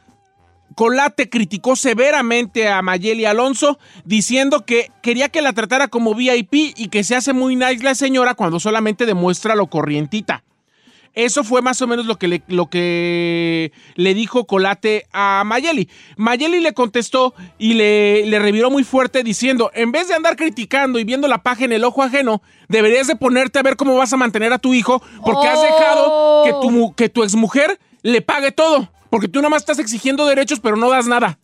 S3: Colate criticó severamente a Mayeli Alonso, diciendo que quería que la tratara como VIP y que se hace muy nice la señora cuando solamente demuestra lo corrientita. Eso fue más o menos lo que le, lo que le dijo Colate a Mayeli. Mayeli le contestó y le, le reviró muy fuerte diciendo, en vez de andar criticando y viendo la paja en el ojo ajeno, deberías de ponerte a ver cómo vas a mantener a tu hijo porque has
S2: Oh.
S3: dejado que tu, mu- que tu exmujer le pague todo. Porque tú nomás estás exigiendo derechos pero no das nada.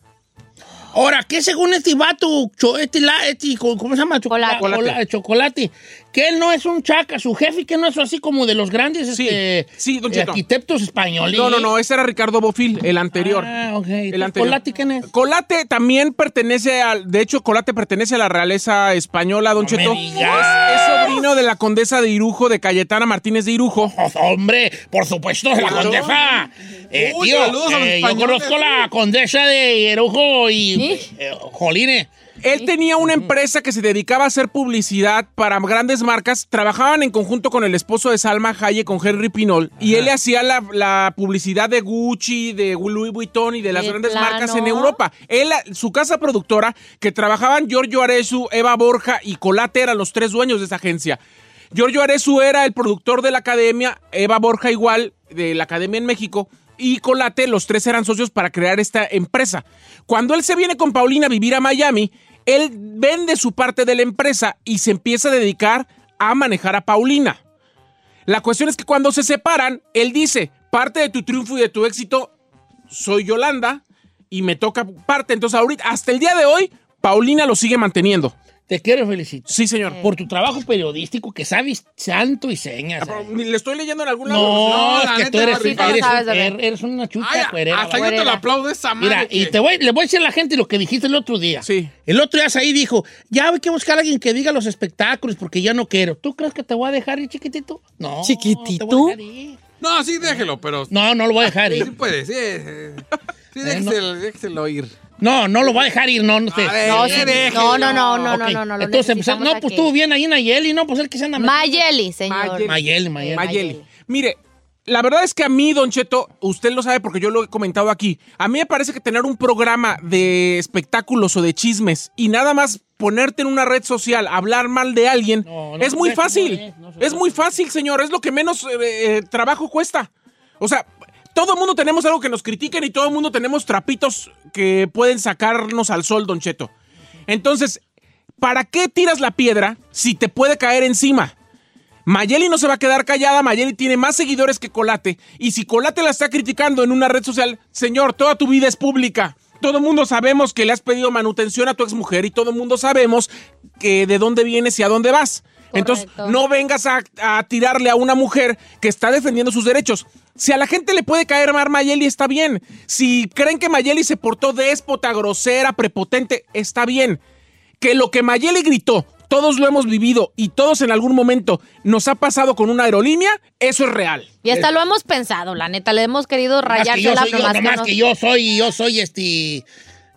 S1: Ahora, ¿qué según este vato, cho- este, la- este, co- ¿cómo se llama?
S2: Chocolate.
S1: Chocola- cola- chocolate. Que él no es un chaca, su jefe, que no es así como de los grandes
S3: Sí,
S1: este,
S3: sí, don
S1: eh,
S3: Cheto.
S1: arquitectos españoles.
S3: No, no, no, ese era Ricardo Bofil, el anterior.
S1: Ah, ok.
S3: El
S1: Entonces,
S3: anterior.
S1: ¿Chocolate quién es?
S3: Colate también pertenece al. De hecho, Colate pertenece a la realeza española, Don
S1: No
S3: Cheto.
S1: me
S3: Es,
S1: digas.
S3: es sobrino de la condesa de Irujo, de Cayetana Martínez de Irujo.
S1: Oh, hombre, por supuesto, la
S3: Claro.
S1: condesa. Eh,
S4: Uy,
S1: tío,
S4: saludos a los
S1: eh, yo
S4: españoles.
S1: conozco la condesa de Hierujo y Eh, Jolines.
S3: Él tenía una empresa que se dedicaba a hacer publicidad para grandes marcas. Trabajaban en conjunto con el esposo de Salma Hayek, con Henry Pinol. Y él le hacía la, la publicidad de Gucci, de Louis Vuitton y de las
S9: ¿De
S3: grandes
S9: plano?
S3: marcas en Europa. Él, su casa productora, que trabajaban Giorgio Aresu, Eva Borja y Colate, eran los tres dueños de esa agencia. Giorgio Aresu era el productor de la academia, Eva Borja igual, de la academia en México, y Colate, los tres eran socios para crear esta empresa. Cuando él se viene con Paulina a vivir a Miami, él vende su parte de la empresa y se empieza a dedicar a manejar a Paulina. La cuestión es que cuando se separan, él dice, parte de tu triunfo y de tu éxito soy Yolanda y me toca parte. Entonces ahorita, hasta el día de hoy, Paulina lo sigue manteniendo.
S1: Te quiero felicitar.
S3: Sí, señor.
S1: Por tu trabajo periodístico que sabes santo y señas. eh.
S3: Le estoy leyendo en algún lado.
S1: No, es
S3: la
S1: que
S3: neta,
S1: tú eres,
S3: sí,
S1: eres,
S3: sabes,
S1: un-
S3: a ver.
S1: er- eres una chucha
S3: Ay,
S1: cuerera,
S3: hasta yo
S1: vale.
S3: te lo aplaudo esa madre
S1: Mira, y
S3: que-
S1: te voy, le voy a decir a la gente lo que dijiste el otro día. Sí. El otro día ahí dijo, ya hay que buscar a alguien que diga los espectáculos porque ya no quiero. ¿Tú crees que te voy a dejar ir chiquitito? No. ¿Chiquitito?
S4: No, sí, déjelo, pero.
S1: No, no lo voy a dejar
S4: Sí,
S1: ir.
S4: puede, sí. eh, Sí,
S1: no.
S4: déjelo, déjelo ir.
S1: No, no lo va a dejar ir, no, no te.
S4: ver, No, sí, déjelo. no, no, no, no,
S1: Ok,
S4: no, no, no, lo
S1: Entonces
S4: necesitamos
S1: empezamos, no, pues
S4: aquí.
S1: tú bien ahí en Ayeli, no, pues él que se anda
S2: Mayeli, señor.
S1: Mayeli, Mayeli.
S3: Mayeli. Mire, la verdad es que a mí, Don Cheto, usted lo sabe porque yo lo he comentado aquí. A mí me parece que tener un programa de espectáculos o de chismes y nada más ponerte en una red social, hablar mal de alguien, es muy
S1: no, no,
S3: fácil. es muy fácil, señor. Es lo que menos eh, eh, trabajo cuesta. O sea, todo el mundo tenemos algo que nos critiquen y todo el mundo tenemos trapitos que pueden sacarnos al sol, Don Cheto. Entonces, ¿para qué tiras la piedra si te puede caer encima? Mayeli no se va a quedar callada, Mayeli tiene más seguidores que Colate. Y si Colate la está criticando en una red social, señor, toda tu vida es pública. Todo el mundo sabemos que le has pedido manutención a tu exmujer y todo el mundo sabemos que de dónde vienes y a dónde vas. Entonces, no vengas a, a tirarle a una mujer que está defendiendo sus derechos. Si a la gente le puede caer mal Mayeli, está bien. Si creen que Mayeli se portó déspota, grosera, prepotente, está bien que lo que Mayeli gritó, todos lo hemos vivido y todos en algún momento nos ha pasado con una aerolínea, eso es real.
S2: Y hasta lo hemos pensado, la neta. Le hemos querido
S1: Nomás
S2: rayar
S1: que yo
S2: la
S1: soy yo, nomás
S2: no.
S1: que yo soy, yo soy este.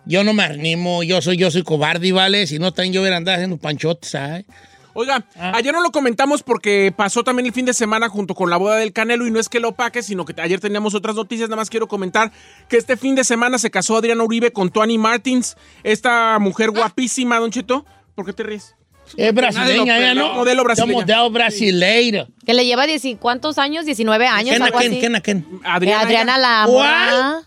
S1: Yo no me animo, yo soy, yo soy cobarde, ¿vale? Si no traen yo hubiera andado haciendo panchotes, ¿sabes?
S3: Oiga,
S1: Ah.
S3: ayer no lo comentamos porque pasó también el fin de semana junto con la boda del Canelo y no es que lo opaque, sino que ayer teníamos otras noticias. Nada más quiero comentar que este fin de semana se casó Adriana Uribe con Tony Martins, esta mujer guapísima, Don Cheto. ¿Por qué te ríes?
S1: Es brasileña,
S3: Nadie lo
S1: ella, ¿no?
S3: peló. Modelo brasileña.
S1: Modelo brasileira.
S2: Que le lleva dieci, ¿cuántos años? 19 años,
S1: ¿Quién, a
S2: algo
S1: quién,
S2: así.
S1: quién, a quién?
S2: Adriana, Adriana la morra.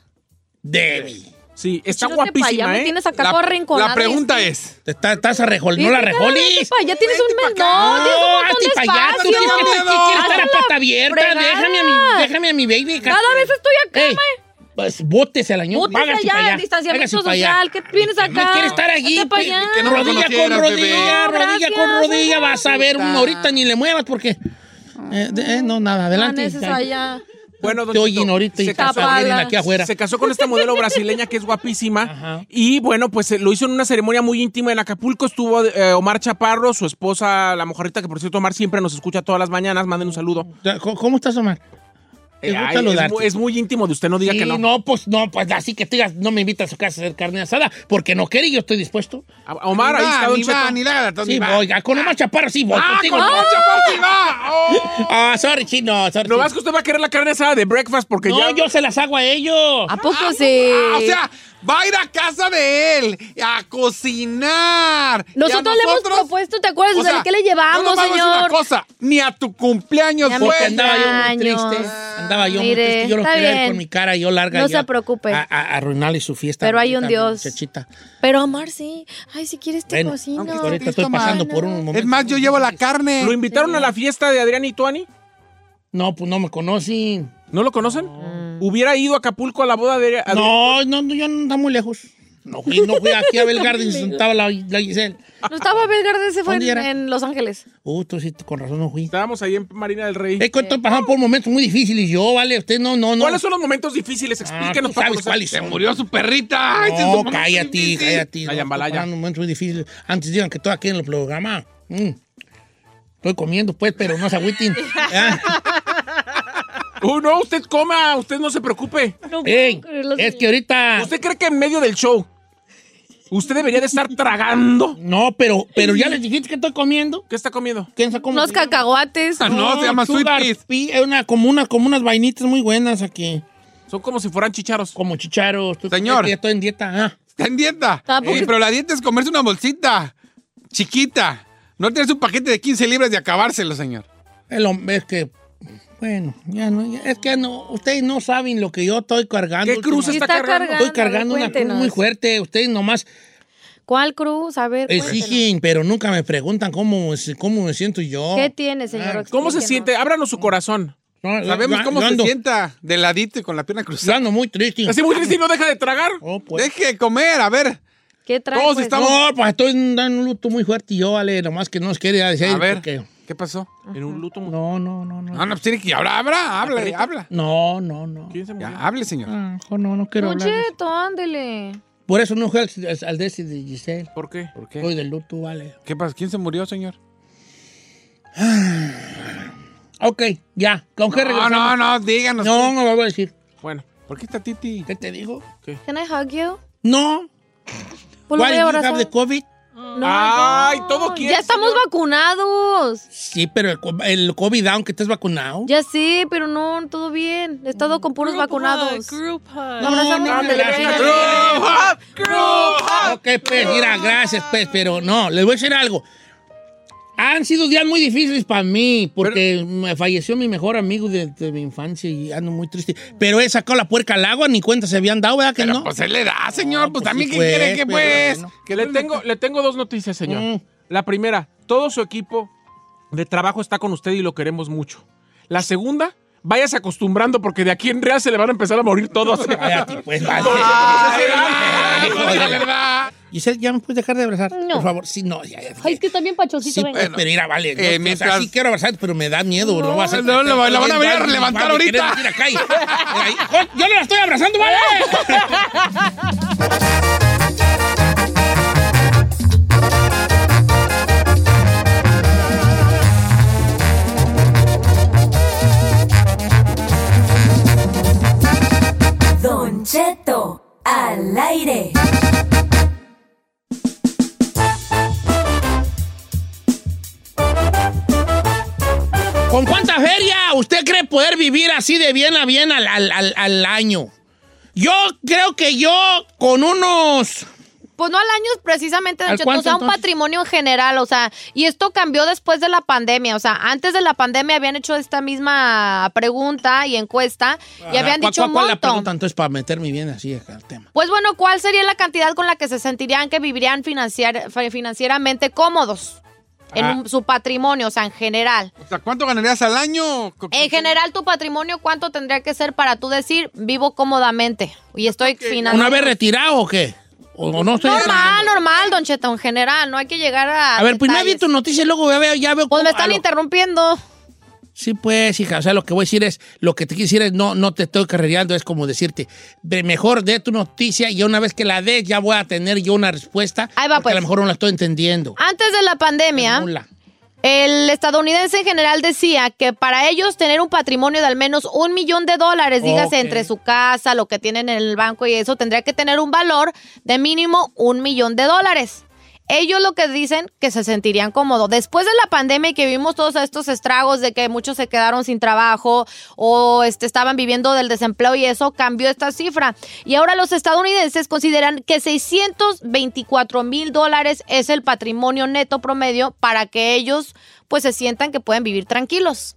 S1: Debbie.
S3: Sí, está
S2: Chino, te guapísima, pa' allá me ¿eh? tienes acá todo arrinconado,
S1: La pregunta
S4: es,
S1: ¿te está- ¿estás arrejol? ¿No la
S2: Vete,
S1: rejolis?
S2: pa' allá, tienes un mes. No, tienes un montón de
S1: Ah, hazte pa' allá, tú
S2: espacio.
S1: tienes que- que quieres estar a
S2: Hazla
S1: pata abierta,
S2: fregada.
S1: déjame a mi- déjame a mi baby,
S2: Cada
S1: ca-
S2: vez estoy acá,
S1: Ey,
S2: mae.
S1: Pues bótese al año.
S2: Bótese
S1: vágase
S2: allá,
S1: pa' allá,
S2: distanciamiento
S1: vágase pa' allá.
S2: social, ¿qué vienes acá?
S1: No quiere estar allí.
S2: Vete pa'
S1: pe-
S2: allá.
S1: que no
S4: Rodilla
S1: rodilla
S4: con
S1: con rodilla,
S4: rodilla,
S1: rodilla con rodilla. Vas a ver, un- ahorita ni le muevas porque. eh, de- eh, no, nada, adelante.
S2: Amaneces allá.
S3: Bueno, don
S1: Te
S3: Cheto,
S1: oyen ahorita y
S3: se
S1: te vienen aquí afuera.
S3: Se casó con esta modelo brasileña que es guapísima. Y bueno, pues eh, lo hizo en una ceremonia muy íntima en Acapulco. Estuvo eh, Omar Chaparro, su esposa, la mojarrita, que por cierto Omar siempre nos escucha todas las mañanas. Manden un saludo. Eh,
S1: ¿Cómo estás, Omar? ¿Te gusta
S3: ay, es
S1: saludarte?
S3: mu- es, muy íntimo de usted, no diga
S1: Sí,
S3: que no.
S1: No, pues no, pues así que te digas, no me invita a su casa a hacer carne asada, porque no quiere y yo estoy dispuesto.
S3: Ah, Omar, ahí está Don
S4: ni va,
S3: Cheto.
S4: ni la gata,
S1: Sí, voy, con Omar Chaparro sí voy.
S3: Ah,
S1: contigo
S3: con
S1: no.
S3: Omar Chaparro sí va.
S1: Ah, sorry, chino, sorry.
S3: No más que usted va a querer la carne asada de breakfast porque
S1: No,
S3: ya.
S1: yo se las hago a ellos.
S2: ¿A poco sí?
S4: Ah, o sea, va a ir a casa de él a cocinar. Y a
S2: Nosotros le hemos propuesto, ¿te acuerdas? O sea, ¿qué le llevamos,
S4: no nomás voy a decir
S2: señor?
S4: una cosa, ni a tu cumpleaños
S2: Ni a mi
S4: fue.
S1: Andaba yo muy triste. Andaba yo muy
S2: Mire,
S1: triste. Yo no
S2: está
S1: quería ir
S2: bien.
S1: con mi cara yo larga.
S2: No
S1: yo
S2: se preocupe.
S1: A, a- a arruinarle su fiesta.
S2: Pero hay un
S1: ahorita,
S2: Dios.
S1: muchachita.
S2: Pero Omar sí. Ay, si quieres te
S1: Bueno,
S2: cocino.
S1: aunque ahorita estoy pasando por un momento.
S4: Es más, yo llevo la carne.
S3: ¿Lo invitaron a la fiesta de Adrián y Tuani?
S1: No, pues no me conocen.
S3: ¿No lo conocen? Mm. ¿Hubiera ido a Acapulco a la boda de Adrián?
S1: No, no, no, yo no ando muy lejos. No fui, no fui aquí a Bell Gardens, donde estaba la, la Giselle.
S2: No estaba Belgarde, se fue
S1: ¿Dónde
S2: en,
S1: era?
S2: en Los Ángeles.
S1: Uh, tú sí, con razón no fui.
S3: Estábamos ahí en Marina del Rey.
S1: Es que estoy pasando por momentos muy difíciles. Yo, vale, usted no, no, no.
S3: ¿Cuáles son los momentos difíciles? Explíquenos,
S1: tú sabes
S3: Paco.
S1: cuáles
S3: Se
S1: son.
S3: murió su perrita. Ay, se
S1: No,
S3: tomó
S1: cállate,
S3: difícil.
S1: cállate.
S3: Ay, Ambalaya.
S1: un momento muy difícil. Antes digan que estoy aquí en el programa. Mm. Estoy comiendo, pues, pero no se agüiten. Ah.
S3: Uh, no, usted coma, usted no se preocupe.
S1: Ey, es que ahorita...
S3: ¿Usted cree que en medio del show Usted debería de estar tragando.
S1: No, pero, pero ya les dijiste que estoy comiendo.
S3: ¿Qué está comiendo?
S1: ¿Quién está comiendo?
S2: Unos cacahuates.
S4: Ah, no, se llama sweet
S1: sugar
S4: peas.
S1: pea, es una, como, una, como unas vainitas muy buenas aquí.
S3: Son como si fueran chicharos.
S1: Como chicharos. Tú-
S4: Señor.
S1: Ya estoy en dieta. ah.
S4: Está en dieta.
S2: Ah, porque-
S4: Sí, pero la dieta es comerse una bolsita chiquita. No tienes un paquete de 15 libras de acabárselo, señor.
S1: El hombre es que. Bueno, ya no. ya- es que ya no. Ustedes no saben lo que yo estoy cargando.
S3: ¿Qué cruz
S1: últimamente.
S3: está, cargando?
S1: Estoy cargando
S2: A ver,
S1: una cruz
S2: cuéntenos.
S1: muy fuerte. Ustedes nomás
S2: ¿Cuál cruz? A ver, cuéntenos.
S1: exigen, pero nunca me preguntan cómo, es- cómo me siento yo. Ah,
S2: ¿Qué tiene, señor?
S3: ¿Cómo se
S2: Explíquenos.
S3: siente? Ábranos su corazón.
S1: No, yo-
S4: Sabemos
S1: yo-
S4: cómo
S1: yo
S4: se
S1: ando-
S4: sienta de ladito y con la pierna
S1: yo
S4: cruzada.
S1: ando muy triste.
S3: Así muy triste y no deja de tragar.
S1: Oh, pues.
S4: Deje de comer, a ver.
S2: ¿Qué trae?
S4: Todos
S2: pues?
S4: estamos-
S1: No, pues estoy en en un luto muy fuerte y yo, vale, nomás que no os quería decir.
S4: A ver.
S1: porque-
S4: ¿Qué pasó?
S3: En un luto. mu-
S1: No, no, no, no.
S4: No, no, pues tiene que hablar, habla, habla, habla.
S1: No, no, no.
S3: ¿Quién se murió?
S4: Ya, hable, señor.
S1: Ah, jo, no, no quiero
S2: Don
S1: hablar. de eso.
S2: Cheto, ándele.
S1: Por eso no fui al, al de ese de Giselle.
S3: ¿Por qué?
S4: ¿Por qué?
S1: Estoy de luto, vale.
S4: ¿Qué pasó? ¿Quién se murió, señor?
S1: Ok, ya. ¿Con qué
S4: No,
S1: regresamos?
S4: no, no, díganos.
S1: No, no lo voy a decir.
S3: Bueno,
S4: ¿Por qué está Titi?
S1: ¿Qué te digo?
S2: Can I hug you?
S1: No.
S2: Pues lo voy
S1: Why did
S2: a
S1: you
S2: abrazar.
S1: have the COVID?
S2: No,
S3: Ay,
S2: no.
S3: todo quiere,
S2: Ya estamos
S3: señor.
S2: vacunados.
S1: Sí, pero el, co- el COVID, aunque estés vacunado.
S2: Ya sí, pero no, todo bien. He estado con puros vacunados.
S6: Group hug.
S2: Lo abrazamos.
S1: No, no,
S2: ándele,
S1: gracias.
S2: ven.
S1: Ok, pues, mira, gracias, pues, pero no, les voy a decir algo. Han sido días muy difíciles para mí, porque me falleció mi mejor amigo de, de mi infancia y ando muy triste. Pero he sacado la puerca al agua, ni cuenta se habían dado, ¿verdad que
S4: Pero
S1: no?
S4: pues él le da, señor.
S1: No, pues,
S4: pues también,
S1: sí,
S4: ¿qué quiere
S1: pues,
S4: que
S1: pero
S4: pues?
S1: bueno.
S3: Que le tengo, le tengo dos noticias, señor.
S1: Mm.
S3: La primera, todo su equipo de trabajo está con usted y lo queremos mucho. La segunda, váyase acostumbrando porque de aquí en real se le van a empezar a morir todos.
S1: Cállate, pues, vale.
S4: Ay,
S1: Hijo de
S4: la
S1: la-
S4: verdad.
S1: Giselle, ¿ya me puedes dejar de abrazar?
S2: No.
S1: Por favor, sí, no, ya, ya.
S2: Ay, es que también pachosito,
S1: Sí,
S2: venga.
S1: pues, pero mira, vale. no,
S4: Eh,
S1: o sea,
S4: mientras-
S1: sí quiero abrazar, pero me da miedo. No, va a ser.
S4: No, lo- la van a venir a levantar
S1: Vale,
S4: ahorita.
S1: querés decir acá y- Mira, ahí- ¡Joder, Yo le la estoy abrazando, vale.
S7: Don Cheto al aire.
S1: ¿Con cuánta feria usted cree poder vivir así de bien a bien al, al- al- al año? Yo creo que yo con unos...
S2: Pues no al año precisamente,
S1: ¿Al
S2: Don Cheto,
S1: cuánto,
S2: o sea, un
S1: entonces?
S2: patrimonio en general, o sea, y esto cambió después de la pandemia, o sea, antes de la pandemia habían hecho esta misma pregunta y encuesta y habían
S1: ¿Cuál-
S2: dicho un
S1: cuál- cuál la pregunta
S2: montón.
S1: entonces para meterme bien así acá al tema?
S2: Pues bueno, ¿cuál sería la cantidad con la que se sentirían que vivirían financiar- fi- financieramente cómodos en
S1: Ah.
S2: un- su patrimonio, o sea, en general?
S4: O sea, ¿cuánto ganarías al año? Co-
S2: En general, tu patrimonio, ¿cuánto tendría que ser para tú decir vivo cómodamente y estoy
S1: ¿Una
S2: financiando?
S1: vez retirado o qué? ¿O, o no estoy
S2: Normal, normal, Don Cheto, en general, no hay que llegar a...
S1: A ver, pues
S2: detalles.
S1: nadie tu noticia y luego ya veo... Ya veo
S2: Pues me
S1: cómo- a
S2: están
S1: lo-
S2: interrumpiendo.
S1: Sí, pues, hija, o sea, lo que voy a decir es, lo que te quisiera es, no, no te estoy carrereando, es como decirte, ve, mejor dé tu noticia y una vez que la des ya voy a tener yo una respuesta.
S2: Ahí va,
S1: porque
S2: pues. Ah.
S1: a lo mejor no la estoy entendiendo.
S2: Antes de la pandemia,
S1: Nula.
S2: el estadounidense en general decía que para ellos tener un patrimonio de al menos un millón de dólares, dígase
S1: Ok.
S2: entre su casa, lo que tienen en el banco y eso, tendría que tener un valor de mínimo un millón de dólares. Ellos lo que dicen que se sentirían cómodos. Después de la pandemia y que vimos todos estos estragos de que muchos se quedaron sin trabajo o este, estaban viviendo del desempleo y eso cambió esta cifra. Y ahora los estadounidenses consideran que 624 mil dólares es el patrimonio neto promedio para que ellos pues se sientan que pueden vivir tranquilos.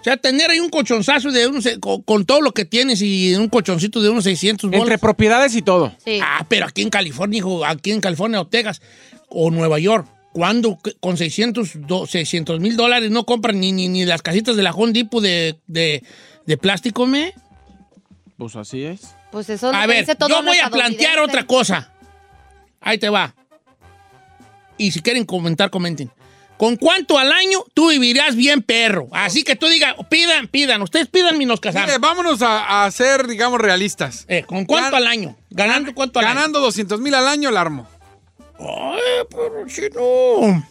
S1: O sea, tener ahí un colchonzazo de unos, eh, con, con todo lo que tienes y un colchoncito de unos 600 bolas.
S3: Entre propiedades y todo.
S2: Sí.
S1: Ah, pero aquí en California, hijo, aquí en California o Texas o Nueva York, cuando con 600 do- 600 mil dólares no compran ni, ni, ni las casitas de la Home Depot de, de, de plástico, me?
S3: Pues así es.
S2: Pues eso es lo
S1: A
S2: que
S1: ver,
S2: dice todo
S1: yo
S2: un
S1: voy a plantear
S2: estadounidense.
S1: otra cosa. Ahí te va. Y si quieren comentar, comenten. ¿Con cuánto al año tú vivirás bien, perro? Así que tú digas, pidan, pidan. Ustedes pidan y nos
S4: Mire,
S1: casamos.
S4: vámonos a, a ser, digamos, realistas.
S1: Eh, ¿Con cuánto
S4: Gan-
S1: al año? Oh, ¿Ganando cuánto al
S4: Ganando 200 mil al año, Larmo.
S1: año? Ay, Eh, pero chino.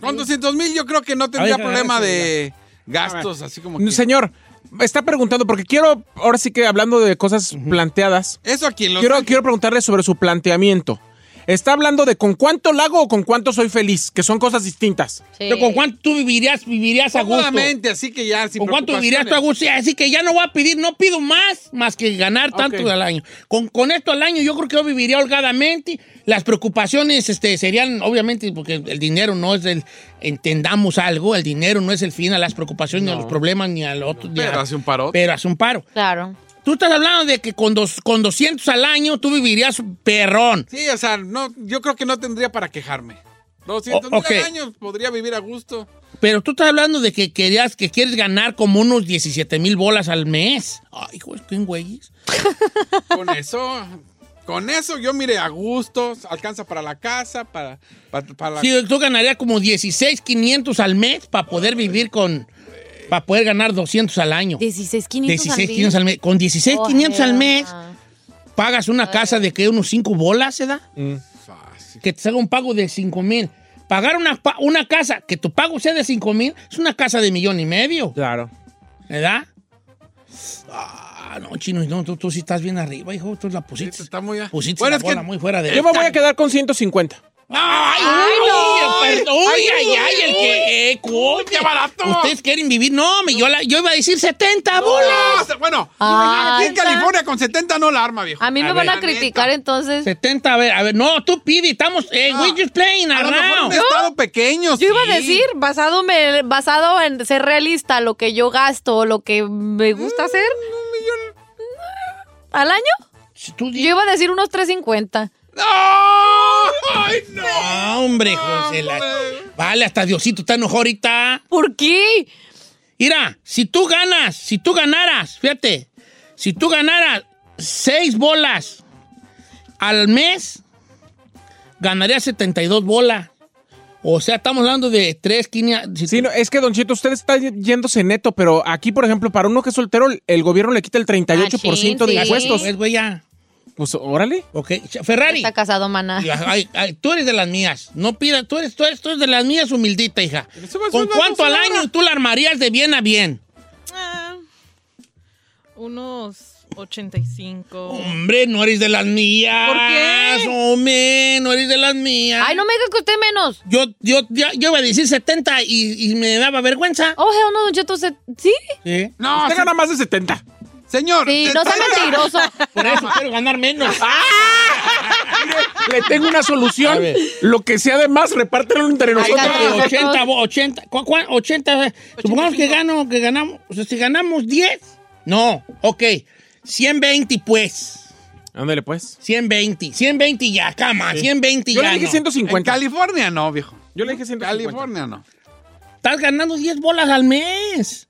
S4: Con 200 mil yo creo que no tendría
S1: Ay,
S4: problema
S1: gracias,
S4: de gastos, así como que...
S3: No, Señor, está preguntando porque quiero, ahora sí que hablando de cosas planteadas,
S4: Eso aquí en los...
S3: quiero, quiero preguntarle sobre su planteamiento. Está hablando de con cuánto lago o con cuánto soy feliz, que son cosas distintas.
S1: Pero ¿Con cuánto tú vivirías, vivirías a gusto?
S4: Cómodamente, así que ya, sin
S1: ¿Con cuánto vivirías tú a
S4: preocupaciones.
S1: gusto? Así que ya no voy a pedir, no pido más, más que ganar tanto
S4: Ok.
S1: al año. Con, con esto al año yo creo que yo viviría holgadamente. Las preocupaciones este, serían, obviamente, porque el dinero no es el, entendamos algo, el dinero no es el fin a las preocupaciones, ni a los problemas, ni al otro. ni
S4: Pero
S1: a-
S4: hace un paro.
S1: pero hace un paro.
S2: Claro.
S1: Tú estás hablando de que con, dos, con 200 al año tú vivirías perrón.
S4: Sí, o sea, no, yo creo que no tendría para quejarme. 200
S1: O- ok.
S4: mil al año podría vivir a gusto.
S1: Pero tú estás hablando de que querías, que quieres ganar como unos 17 mil bolas al mes. Ay, güey, qué güeyes.
S4: Con eso, con eso yo mire a gusto, alcanza para la casa, para, para, para la...
S1: Sí, tú ganarías como 16, 500 al mes para poder vivir con, para poder ganar 200 al año.
S2: 16, 500 al
S1: 16, 500 al
S2: mes.
S1: mes. Con 16,
S2: Oh,
S1: 500 al
S2: hell
S1: mes, pagas una casa de que unos 5 bolas, ¿se da?
S4: Mm.
S1: Que te haga un pago de 5 mil. Pagar una, pa- una casa, que tu pago sea de 5 mil, es una casa de millón y medio,
S3: Claro.
S1: ¿verdad? Ah, no, chino, no, tú, tú sí estás bien arriba, hijo, tú la pusiste.
S4: Está muy...
S1: Pusiste
S4: Bueno,
S1: la
S4: es que
S1: bola muy fuera de...
S3: Yo me voy a quedar con 150.
S1: ¡Ay,
S4: Ay,
S1: ay,
S4: no.
S1: no! ¡Uy,
S4: Ay,
S1: ay, ay! ¡El que... eh, coño.
S4: qué barato!
S1: Ustedes quieren vivir... No, me- yo, la- yo iba a decir 70 bolas.
S4: No, bueno,
S2: Ah,
S4: aquí en
S2: ¿está?
S4: California con 70 no la arma, viejo.
S2: A mí me
S1: A
S2: van
S1: ver,
S2: a criticar entonces.
S1: 70, a ver, a ver. No, tú pide, estamos... Eh,
S4: Ah.
S1: we just playing
S4: A lo mejor un
S1: around.
S4: estado pequeño,
S2: Yo iba
S4: sí.
S2: a decir, basado, me- basado en ser realista, lo que yo gasto, lo que me gusta
S1: Mm,
S2: hacer. ¿Al año?
S1: Tú di-
S2: Yo iba a decir unos 350.
S4: ¡No! ¡Ay, no!
S1: Ah, hombre, José. la- Vale, hasta Diosito está enojado ahorita.
S2: ¿Por qué?
S1: Mira, si tú ganas, si tú ganaras, fíjate, si tú ganaras 6 bolas al mes, ganarías 72 bolas. O sea, estamos hablando de 3, 500...
S3: Sí, no, es que, Don Cheto, usted está yéndose neto, pero aquí, por ejemplo, para uno que es soltero, el gobierno le quita el 38% de
S2: Machín, Ah, sí.
S3: impuestos.
S1: Pues, güey, ya.
S3: Pues, órale.
S1: Ok, Ferrari.
S2: Está casado, maná.
S1: Ay, ay, tú eres de las mías. No pida, tú eres, tú eres, tú eres de las mías humildita, hija.
S4: Suba,
S1: ¿Con
S4: suba,
S1: cuánto
S4: suba.
S1: al año tú la armarías de bien a bien?
S6: Ah, unos 85.
S1: Hombre, no eres de las mías.
S6: ¿Por qué?
S1: Hombre, no eres de las mías.
S2: Ay, no me diga que usted menos.
S1: Yo, yo, yo, yo iba a decir 70 y, y me daba vergüenza.
S2: Oh, hell no, Don Cheto, se- ¿sí?
S1: Sí.
S4: No,
S3: usted
S4: se-
S3: gana más de 70.
S4: señor.
S2: Sí, no sea
S4: 70.
S2: mentiroso. Ah.
S1: Por eso quiero ganar menos.
S3: Le tengo una solución.
S1: A ver.
S3: Lo que sea de más, repártelo entre nosotros.
S2: Ay, Catrina.
S1: 80, bo- 80, ¿cu- cu- 80, supongamos que gano, que ganamos, o sea, si ganamos 10, no, ok, 120 pues,
S3: Ándale, pues.
S1: 120, 120 ya, cama, 120
S3: Yo
S1: ya,
S3: le dije
S1: no.
S4: En
S3: 150.
S4: California no, viejo.
S3: Yo le dije 150.
S4: California no.
S1: estás ganando 10 bolas al mes,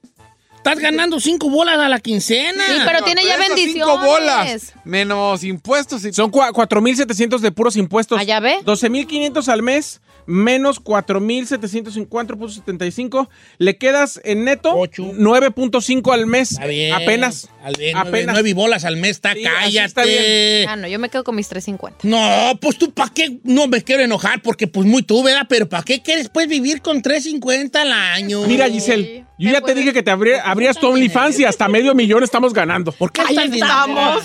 S1: estás ganando 5 bolas a la quincena,
S2: Sí, pero tiene ya
S4: esas
S2: bendiciones.
S4: Cinco bolas, menos impuestos. Y...
S3: Son cua- 4.700 de puros impuestos.
S2: Ah, ya ve.
S3: 12.500 al mes, menos 4.754.75. Le quedas en neto
S1: Ocho.
S3: 9.5 al mes.
S1: Está bien.
S3: Apenas.
S1: Al bien,
S3: Apenas.
S1: 9 bolas al mes, está,
S3: Sí, así
S1: cállate.
S3: está bien.
S1: eh.
S2: Ah, no, yo me quedo con mis 350.
S1: No, pues tú para qué no me quiero enojar porque pues muy tú, ¿verdad? Pero ¿para qué quieres pues vivir con 350 al año?
S3: Mira, Giselle, yo ya te
S2: puede-
S3: dije que te abri- abrías tu OnlyFans y hasta medio millón estamos ganando.
S1: ¿Por qué
S2: Ahí
S1: es tan
S2: estamos.
S1: dinerera?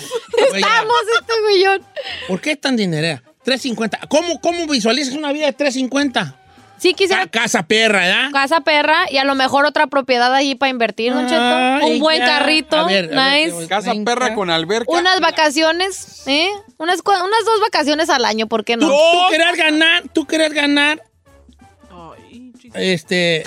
S1: Oye,
S2: Estamos este millón.
S1: ¿Por qué es tan dinerera? 350. ¿Cómo, ¿Cómo visualizas una vida de 350?
S2: Sí, quisiera
S1: Ca- casa perra, ¿verdad?
S2: casa perra y a lo mejor otra propiedad ahí para invertir, Don Cheto.
S1: Ay,
S2: Un buen
S1: ya.
S2: carrito,
S1: A ver, a ver,
S2: nice.
S1: qué
S4: Casa
S1: 30.
S4: perra con alberca.
S2: unas vacaciones, ¿eh? Unas, cua- unas dos vacaciones al año, ¿por qué
S1: ¿Tú,
S2: no?
S1: tú querés ganar, tú querés ganar, este,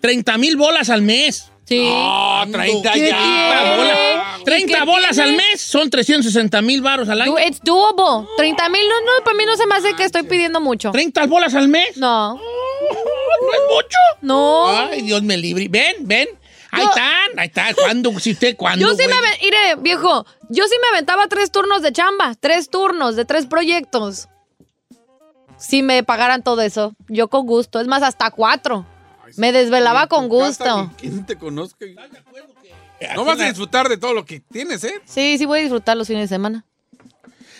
S1: 30 mil bolas al mes.
S2: Sí.
S1: Ah, 30
S2: ¿Qué tiene?
S1: bolas. 30
S2: ¿Qué
S1: bolas al
S2: tiene?
S1: mes son 360 mil baros al año.
S2: Du- It's doable. 30 mil, no, no, para mí no se me hace que estoy pidiendo mucho.
S1: 30 bolas al mes.
S2: No,
S1: ¿No es mucho?
S2: no.
S1: Ay, Dios me libre. Ven, ven. Ahí
S2: Yo-
S1: están, ahí están. ¿Cuándo? Si usted, ¿cuándo?
S2: Yo sí me
S1: güey?
S2: aven- mire, viejo, yo sí me aventaba tres turnos de chamba, tres turnos de tres proyectos. Si me pagaran todo eso, yo con gusto, es más, hasta cuatro. Me desvelaba con gusto.
S4: ¿Quién te conozca? No vas a disfrutar de todo lo que tienes, ¿eh?
S2: Sí, sí voy a disfrutar los fines de semana.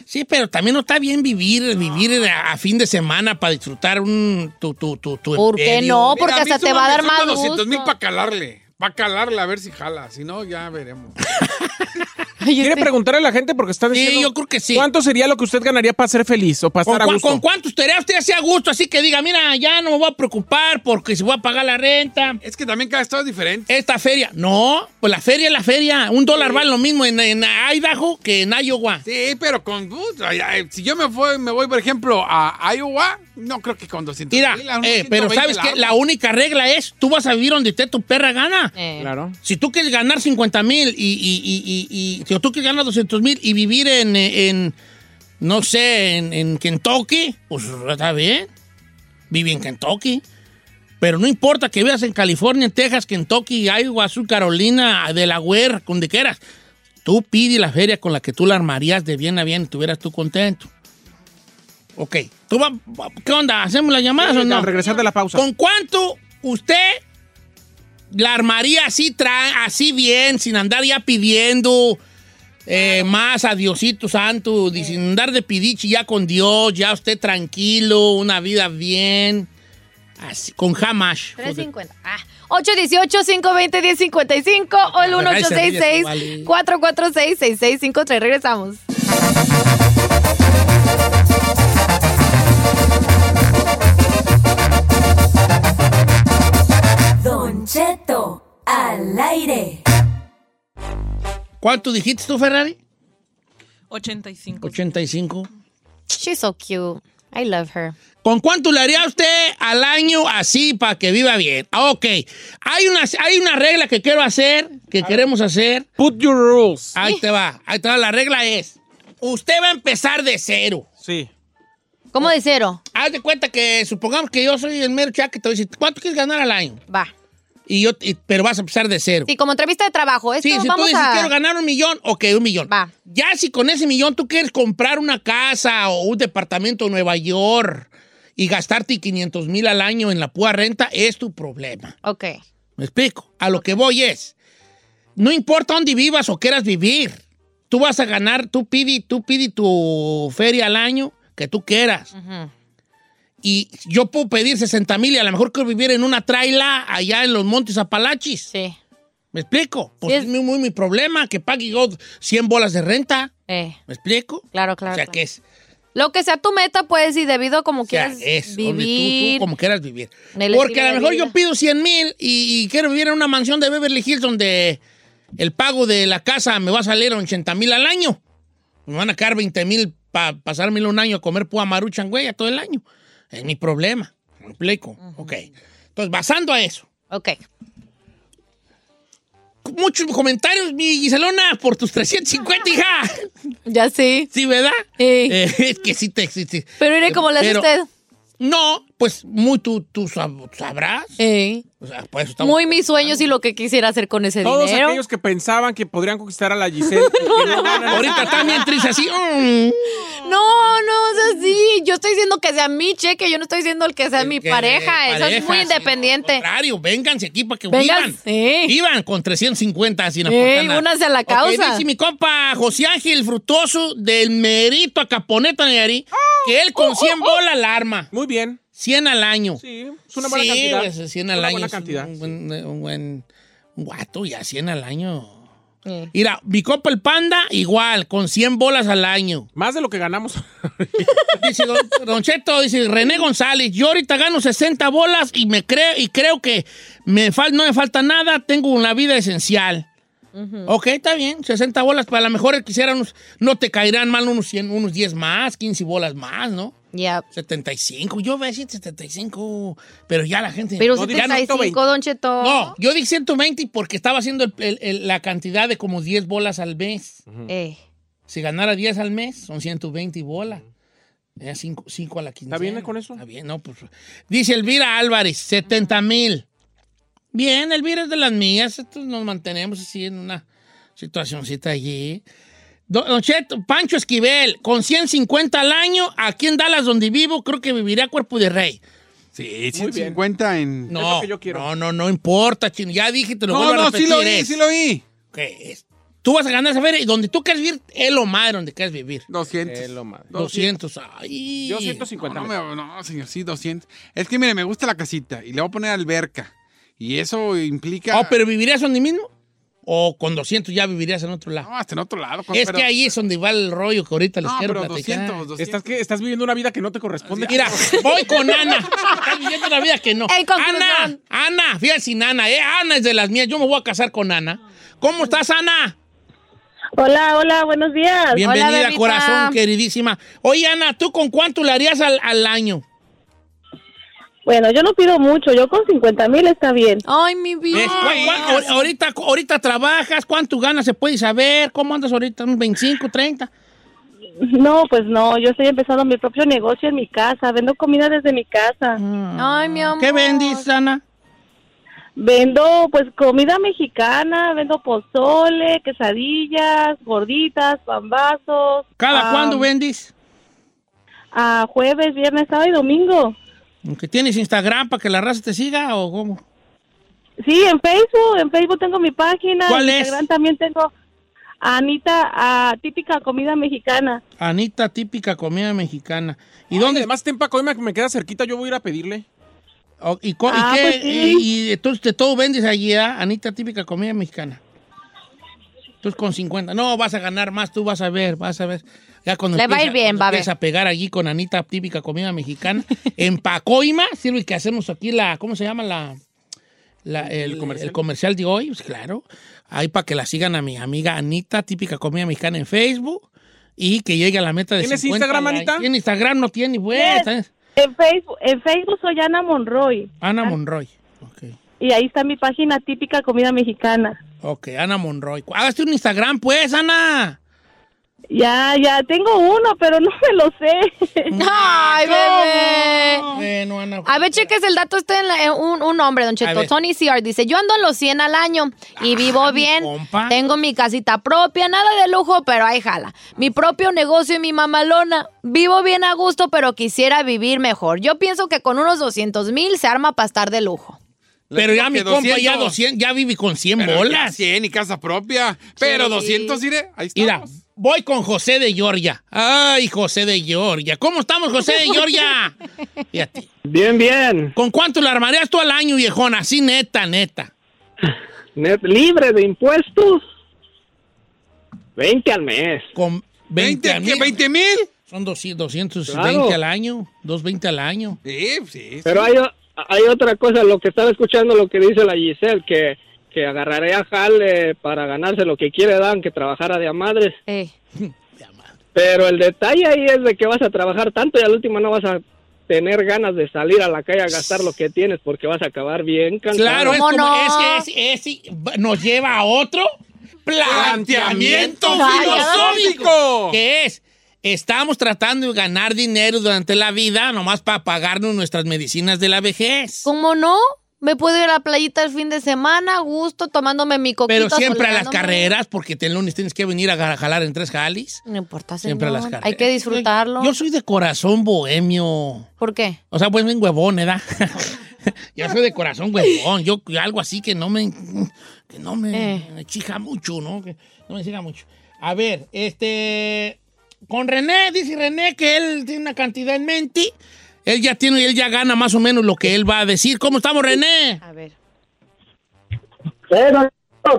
S1: Sí, pero también no está bien vivir, vivir a, a fin de semana para disfrutar un tu, tu, tu, tu
S2: ¿Por qué
S1: imperio.
S2: no? Porque hasta te va a dar más
S4: mil
S2: gusto.
S4: para calarle. Para calarle, a ver si jala. Si no, ya veremos.
S3: ¿Quiere preguntarle a la gente porque está diciendo? Sí, yo creo
S1: que sí.
S3: ¿Cuánto sería lo que usted ganaría para ser feliz o para
S1: ¿Con,
S3: estar a
S1: cua-
S3: gusto?
S1: con cuánto estaría usted así a gusto? Así que diga, mira, ya no me voy a preocupar porque si voy a pagar la renta.
S4: Es que también cada estado es diferente.
S1: Esta feria, no, pues la feria es la feria. Un dólar vale lo mismo en, en Idaho que en Iowa.
S4: Sí, pero con. uh, ay, ay, si yo me voy, me voy, por ejemplo, a Iowa, no creo que con 200
S1: Mira,
S4: mil, a unos
S1: eh, pero
S4: 120
S1: sabes
S4: la
S1: que
S4: hago.
S1: la única regla es, tú vas a vivir donde esté tu perra gana.
S3: Claro.
S1: Si tú quieres ganar 50 mil y, y- y- y- y- si tú quieres ganar 200 mil y vivir en, eh, en, no sé, en, en Kentucky, pues está bien. Vive en Kentucky. Pero no importa que vivas en California, en Texas, Kentucky, Iowa, Sur Carolina, Delaware, donde quieras. Tú pide la feria con la que tú la armarías de bien a bien y estuvieras tú contento. Ok. ¿Tú va- va- ¿Qué onda? ¿Hacemos las llamadas
S3: Sí,
S1: o no?
S3: al regresar de la pausa.
S1: ¿Con cuánto usted la armaría así, tra- así bien, sin andar ya pidiendo eh, más a Diosito Santo, y sin andar de pidichi ya con Dios, ya usted tranquilo, una vida bien, así, con Hamash.
S2: 350. Ah, 818-520-1055 o el
S1: Ay, se ríe, tú, vale.
S2: 1866-446-6653. Regresamos.
S7: Don Cheto al aire.
S1: ¿Cuánto dijiste tú, Ferrari?
S6: 85.
S1: 85.
S2: She's so cute. I love her.
S1: ¿Con cuánto le haría usted al año así para que viva bien? Ah, Ok. Hay una, hay una regla que quiero hacer, que queremos hacer.
S3: Put your rules.
S1: Ahí te va. Ahí te va. La regla es, usted va a empezar de cero.
S3: Sí.
S2: ¿Cómo de cero?
S1: Haz de cuenta que supongamos que yo soy el mero chaque, te voy a decir, ¿cuánto quieres ganar al año?
S2: Va.
S1: Y yo, y- pero vas a empezar de cero.
S2: Sí, como entrevista de trabajo. ¿eh? Esto
S1: Sí, si tú
S2: vamos
S1: dices,
S2: a...
S1: quiero ganar un millón, ok, un millón.
S2: Va.
S1: Ya si con ese millón tú quieres comprar una casa o un departamento en Nueva York y gastarte 500 mil al año en la púa renta, es tu problema.
S2: Ok.
S1: ¿Me explico? A lo que voy es, no importa dónde vivas o quieras vivir, tú vas a ganar, tú pidi, tú pidi tu feria al año que tú quieras.
S2: Ujú.
S1: Y yo puedo pedir 60 mil y a lo mejor quiero vivir en una traila allá en los Montes Apalachis.
S2: Sí.
S1: ¿Me explico? Pues es muy, muy mi problema que pague yo 100 bolas de renta.
S2: Eh,
S1: ¿Me explico?
S2: claro, claro.
S1: o sea,
S2: claro.
S1: que es,
S2: Lo que sea tu meta, pues, y debido a como
S1: o sea,
S2: quieras
S1: es donde tú,
S2: vivir.
S1: tú como quieras vivir.
S2: en el
S1: Porque
S2: estilo
S1: a
S2: de
S1: lo mejor yo
S2: vida.
S1: pido 100 mil y, y quiero vivir en una mansión de Beverly Hills donde el pago de la casa me va a salir a 80 mil al año. Me van a quedar 20 mil para pasármelo un año a comer púa maruchan, güey, a todo el año. Es mi problema. ¿Me explico? Ok. Entonces, basando a eso.
S2: Ok.
S1: Muchos comentarios, mi Giselona, por tus 350, hija.
S2: Ya sí.
S1: Sí, ¿verdad?
S2: Sí.
S1: Eh, es que sí te existe.
S2: Pero mire cómo le hace
S1: Pero-
S2: usted.
S1: No, pues muy tú, tú sab- sabrás.
S2: Eh,
S1: O sea, por eso Pues estamos-
S2: Muy mis sueños y lo que quisiera hacer con ese
S3: Todos
S2: dinero.
S3: aquellos que pensaban que podrían conquistar a la Giselle.
S1: Ahorita también triste así. mm,
S2: No, no es así. Yo estoy diciendo que sea mi cheque, yo no estoy diciendo el que sea mi
S1: que
S2: pareja. Eso es
S1: pareja,
S2: muy
S1: sí,
S2: independiente.
S1: Contrario, vénganse aquí para que
S2: Vengas,
S1: vivan.
S2: eh.
S1: Vivan con 350 sin
S2: Ey,
S1: aportar nada.
S2: únanse a la
S1: Ok,
S2: causa.
S1: dice mi compa José Ángel Frutoso del Merito a Caponeta Nayari
S3: Ah,
S1: que él con 100 bolas alarma.
S3: oh, Muy bien.
S1: 100 al año.
S3: Sí, es una buena
S1: Sí,
S3: cantidad.
S1: pues, 100 al
S3: Una
S1: año.
S3: buena
S1: es un-
S3: cantidad,
S1: Un
S3: sí.
S1: buen, eh, un buen guato, ya 100 al año.
S2: Eh.
S1: Mira, mi copa el panda, igual, con 100 bolas al año.
S3: Más de lo que ganamos.
S1: Dice don, Don Cheto, dice René González, yo ahorita gano 60 bolas y me creo, y creo que me fal- no me falta nada, tengo una vida esencial. Ok, está bien, 60 bolas, para lo mejor quisieran, no te caerán mal unos, 100, unos 10 más, 15 bolas más, ¿no?
S2: Ya.
S1: 75, yo voy a decir 75, pero ya la gente...
S2: Pero
S1: no,
S2: si
S1: ya no-
S2: 75, Don Cheto.
S1: no, yo dije 120 porque estaba haciendo el- el- el- la cantidad de como 10 bolas al mes.
S2: Eh,
S1: Si ganara 10 al mes, son 120 bolas. 5 Eh, a la quincena.
S3: ¿Está bien con eso?
S1: Está bien, no, pues. Dice Elvira Álvarez, 70 mil. Bien, Elvira es de las mías. Esto nos mantenemos así en una situacioncita allí. Don, don Cheto, Pancho Esquivel, con 150 al año, aquí en Dallas, donde vivo, creo que viviría a cuerpo de rey.
S4: Sí,
S3: bien.
S4: 150 en.
S1: No,
S3: lo que yo quiero.
S1: no, no, no importa, chino. Ya dije, te lo
S4: No,
S1: vuelvo a
S4: no, sí
S1: repetir.
S4: lo oí,
S1: es-
S4: sí lo oí.
S1: que es- Tú vas a ganar esa feria y donde tú quieres vivir, es lo más donde quieres vivir.
S4: 200.
S3: Eh, lo madre.
S1: 200. Ay.
S3: Yo 150
S4: No,
S3: mil.
S4: me- no, señor, sí, 200. Es que mire, me gusta la casita y le voy a poner alberca. Y eso implica.
S1: Oh, pero vivirías donde mismo. o con 200 ya vivirías en otro lado?
S4: No, hasta en otro lado. compa,
S1: Es que
S4: pero-
S1: ahí es donde va el rollo que ahorita les
S4: No,
S1: quiero
S4: pero
S1: platicar.
S4: 200, 200.
S3: Estás, que- estás viviendo una vida que no te corresponde.
S1: Mira, voy con Ana. Estás viviendo una vida que no. Ana, Ana, fíjate sin Ana, eh. Ana es de las mías. Yo me voy a casar con Ana. ¿Cómo estás, Ana?
S9: Hola, hola, buenos días.
S1: Bienvenida, corazón, queridísima. Oye, Ana, ¿tú con cuánto le harías al, al año?
S9: Bueno, yo no pido mucho, yo con 50 mil está bien.
S2: Ay, mi vida.
S1: Eh, ¿cuá- cuá- ahor- ahorita, ahorita trabajas, ¿cuánto ganas se puede saber? ¿Cómo andas ahorita? ¿Un 25, 30?
S9: No, pues no, yo estoy empezando mi propio negocio en mi casa, vendo comida desde mi casa.
S2: Ay, mi amor.
S1: Mm. ¿Qué vendís, Ana?
S9: Vendo pues comida mexicana, vendo pozole, quesadillas, gorditas, pambazos.
S1: ¿Cada
S9: ah,
S1: cuándo vendís?
S9: ah, jueves, viernes, sábado y domingo.
S1: ¿Que tienes Instagram para que la raza te siga o cómo?
S9: Sí, en Facebook, en Facebook tengo mi página.
S1: ¿Cuál
S9: en
S1: es?
S9: Instagram también tengo Anita, ah, típica comida mexicana.
S1: Anita, típica comida mexicana. ¿Y
S3: dónde? Además, Tempa Coima, que me queda cerquita, yo voy a ir a pedirle.
S1: Oh, ¿Y, co- y
S3: Ah,
S1: qué-
S3: pues sí.
S1: y- y entonces de todo vendes allí, ¿ah? Anita, típica comida mexicana. Entonces con 50. No, vas a ganar más, tú vas a ver, vas a ver. Ya cuando
S2: Le va a ir bien,
S1: cuando
S2: va a ver.
S1: empieza a pegar allí con Anita, típica comida mexicana. en Pacoima, sirve que hacemos aquí la, ¿cómo se llama? La, la- el, el comercial? de hoy, pues claro. Ahí para que la sigan a mi amiga Anita, típica comida mexicana en Facebook. Y que llegue a la meta de
S3: ¿Tienes
S1: 50
S3: Instagram,
S1: likes.
S3: Anita?
S1: ¿Tiene Instagram? No tiene, pues.
S9: Yes. En Facebook, en Facebook soy Ana Monroy Ah,
S1: Ana Monroy.
S9: y ahí está mi página típica comida mexicana.
S1: Ok, Ana Monroy. Hágase un Instagram, pues, Ana.
S9: Ya, ya, tengo uno, pero no me lo sé.
S2: Ay, bebé.
S1: Bueno, Ana.
S2: A ver, cheques el dato. Este en la- en un, un hombre, don
S1: A
S2: Cheto.
S1: ver. Ah,
S2: Tony Sear dice: Yo ando en los 100 al año y vivo bien. Tengo mi casita propia, nada de lujo, pero ahí jala. Mi propio negocio y mi mamalona. Vivo bien a gusto, pero quisiera vivir mejor. Yo pienso que con unos 200 mil se arma para estar de lujo.
S1: Pero ya mi
S4: que
S1: compa ya
S4: 200.
S1: 200, ya vive con 100
S4: Pero ya
S1: bolas.
S4: 100 y casa propia. Pero 200, iré. Ahí está.
S1: Mira, voy con José de Georgia. Ay, José de Georgia. ¿Cómo estamos, José de Georgia?
S10: Bien, bien.
S1: ¿Con cuánto la armarías tú al año, viejona? Así neta, neta.
S10: Net libre de impuestos. 20 al mes.
S1: Con 20
S10: ¿Veinte
S1: mil.
S10: qué? ¿veinte mil?
S1: Son 200, 220
S10: Claro.
S1: al año. 220 al año. Sí, sí.
S10: Pero hay, o- hay otra cosa, lo que estaba escuchando, lo que dice la Giselle, que, que agarraría jale para ganarse lo que quiere, Dan, que trabajara de a madres. Pero el detalle ahí es de que vas a trabajar tanto y al último no vas a tener ganas de salir a la calle a gastar lo que tienes porque vas a acabar bien cansado.
S1: Claro, es como es, es- es- nos lleva a otro planteamiento
S10: Vaya.
S1: filosófico. Que es, estamos tratando de ganar dinero durante la vida nomás para pagarnos nuestras medicinas de la vejez.
S2: ¿Cómo no? Me puedo ir a la playita el fin de semana, a gusto, tomándome mi coquita.
S1: Pero siempre a las
S2: soleándome.
S1: carreras, porque el lunes tienes que venir a ga- jalar en tres jalis.
S2: No importa,
S1: Siempre a las
S2: señor.
S1: carreras.
S2: Hay que disfrutarlo.
S1: Yo soy de corazón bohemio.
S2: ¿Por qué?
S1: O sea, pues bien huevón, ¿verdad? Yo soy de corazón huevón. Yo yo algo así que no me que no me exija mucho, ¿no? Que no me exija mucho. A ver, este con René, dice René que él tiene una cantidad en mente. Él ya tiene, él ya gana más o menos lo que él va a decir. ¿Cómo estamos, René?
S2: A ver.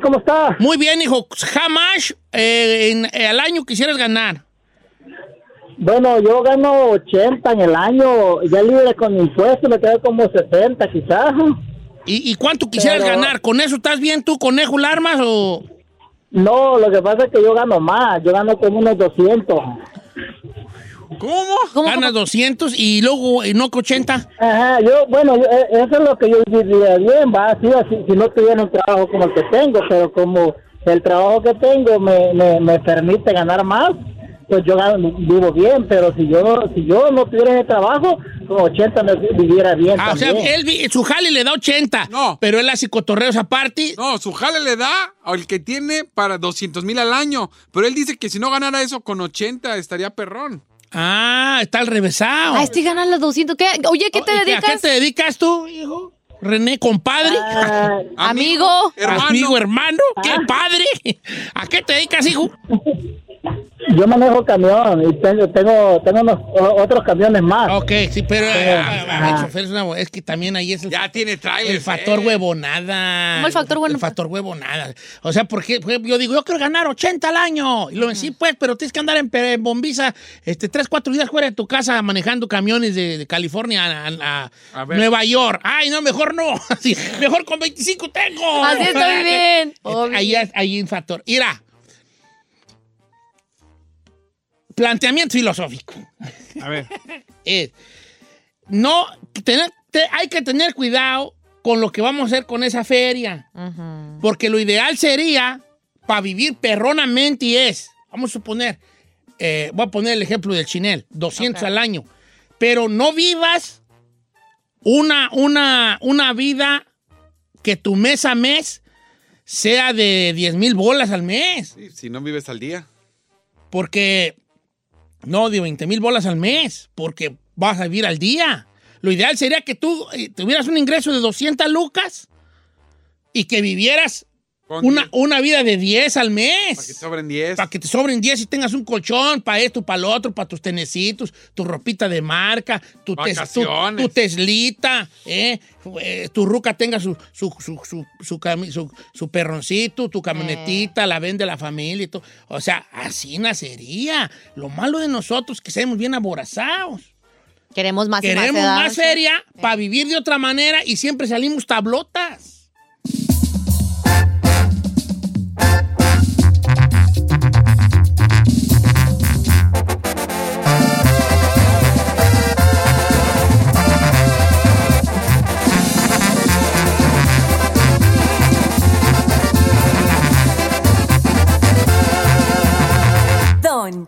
S1: ¿Cómo está? Muy bien, hijo. Jamás eh, en- eh, al año quisieras ganar.
S11: Bueno, yo gano 80 en el año, ya libre con impuestos me quedo como 70 quizás.
S1: ¿Y, y cuánto quisieras ganar? ¿Con eso estás bien tú, conejo, larmas o...?
S11: No, lo que pasa es que yo gano más, yo gano como unos 200.
S1: ¿Cómo? Ganas 200 y luego eh, no que 80.
S11: Ajá, yo, bueno, yo- eh, eso es lo que yo diría bien, va, sí, así, si no tuviera un trabajo como el que tengo, pero como el trabajo que tengo me, me, me permite ganar más, pues yo gano- vivo bien, pero si yo, no- si yo no tuviera ese trabajo, con 80 me viviera bien
S1: Ah, o sea,
S11: también.
S1: él, vi- su jale le da 80. No. Pero él hace cotorreos aparte.
S4: No, su jale le da al que tiene para 200 mil al año. Pero él dice que si no ganara eso con 80 estaría perrón.
S1: Ah, está al revésado.
S2: Ah, estoy ganando los 200. ¿Qué? Oye, ¿qué te
S1: ¿Y qué-
S2: dedicas?
S1: ¿A qué te dedicas tú, hijo? René, compadre.
S2: Ah, amigo. Ah.
S1: Amigo, hermano. ¡Qué padre! ¿A qué te dedicas, hijo?
S11: Yo manejo camión y tengo tengo, tengo unos- o- otros camiones más.
S1: Ok, sí, pero eh, ah, ah, el
S11: ah.
S1: chofer es, una bo- es que también ahí es el, ya tiene eh. el factor huevonada.
S2: ¿Cómo el factor
S1: huevonada? El factor huevonada. O sea, porque porque yo digo, yo quiero ganar 80 al año. Y lo sí, pues, pero tienes que andar en, pe- en bombiza este, 3, 4 días fuera de tu casa manejando camiones de, de California a, a- a
S2: ver.
S1: Nueva York. Ay, no, mejor no. Así, mejor con 25 tengo.
S2: Así estoy bien.
S1: Ahí, es- ahí hay un factor. Mira. Planteamiento filosófico.
S3: A ver.
S1: es, no, tener- te- hay que tener cuidado con lo que vamos a hacer con esa feria. Porque lo ideal sería, para vivir perronamente, y es, vamos a suponer, eh, voy a poner el ejemplo del chinel, 200 al año. Pero no vivas una, una, una vida que tu mes a mes sea de 10 mil bolas al mes.
S4: Sí, si no vives al día.
S1: Porque, no, de 20 mil bolas al mes, porque vas a vivir al día. Lo ideal sería que tú eh, tuvieras un ingreso de 200 lucas y que vivieras una, una vida de 10 al mes. Para que te
S4: sobren 10.
S1: Para que te sobren 10 y tengas un colchón para esto, para lo otro, para tus tenecitos, tu ropita de marca, tu, tes- tu,
S4: Vacaciones.
S1: tu teslita, ¿eh? Eh, tu ruca tenga su, su, su, su, su cami- su- su perroncito, tu camionetita,
S2: Eh.
S1: la vende la familia y todo. O sea, así nacería. Lo malo de nosotros es que seamos bien aborazados.
S2: Queremos más y más
S1: Queremos
S2: edad.
S1: más feria para vivir de otra manera y siempre salimos tablotas.
S7: Don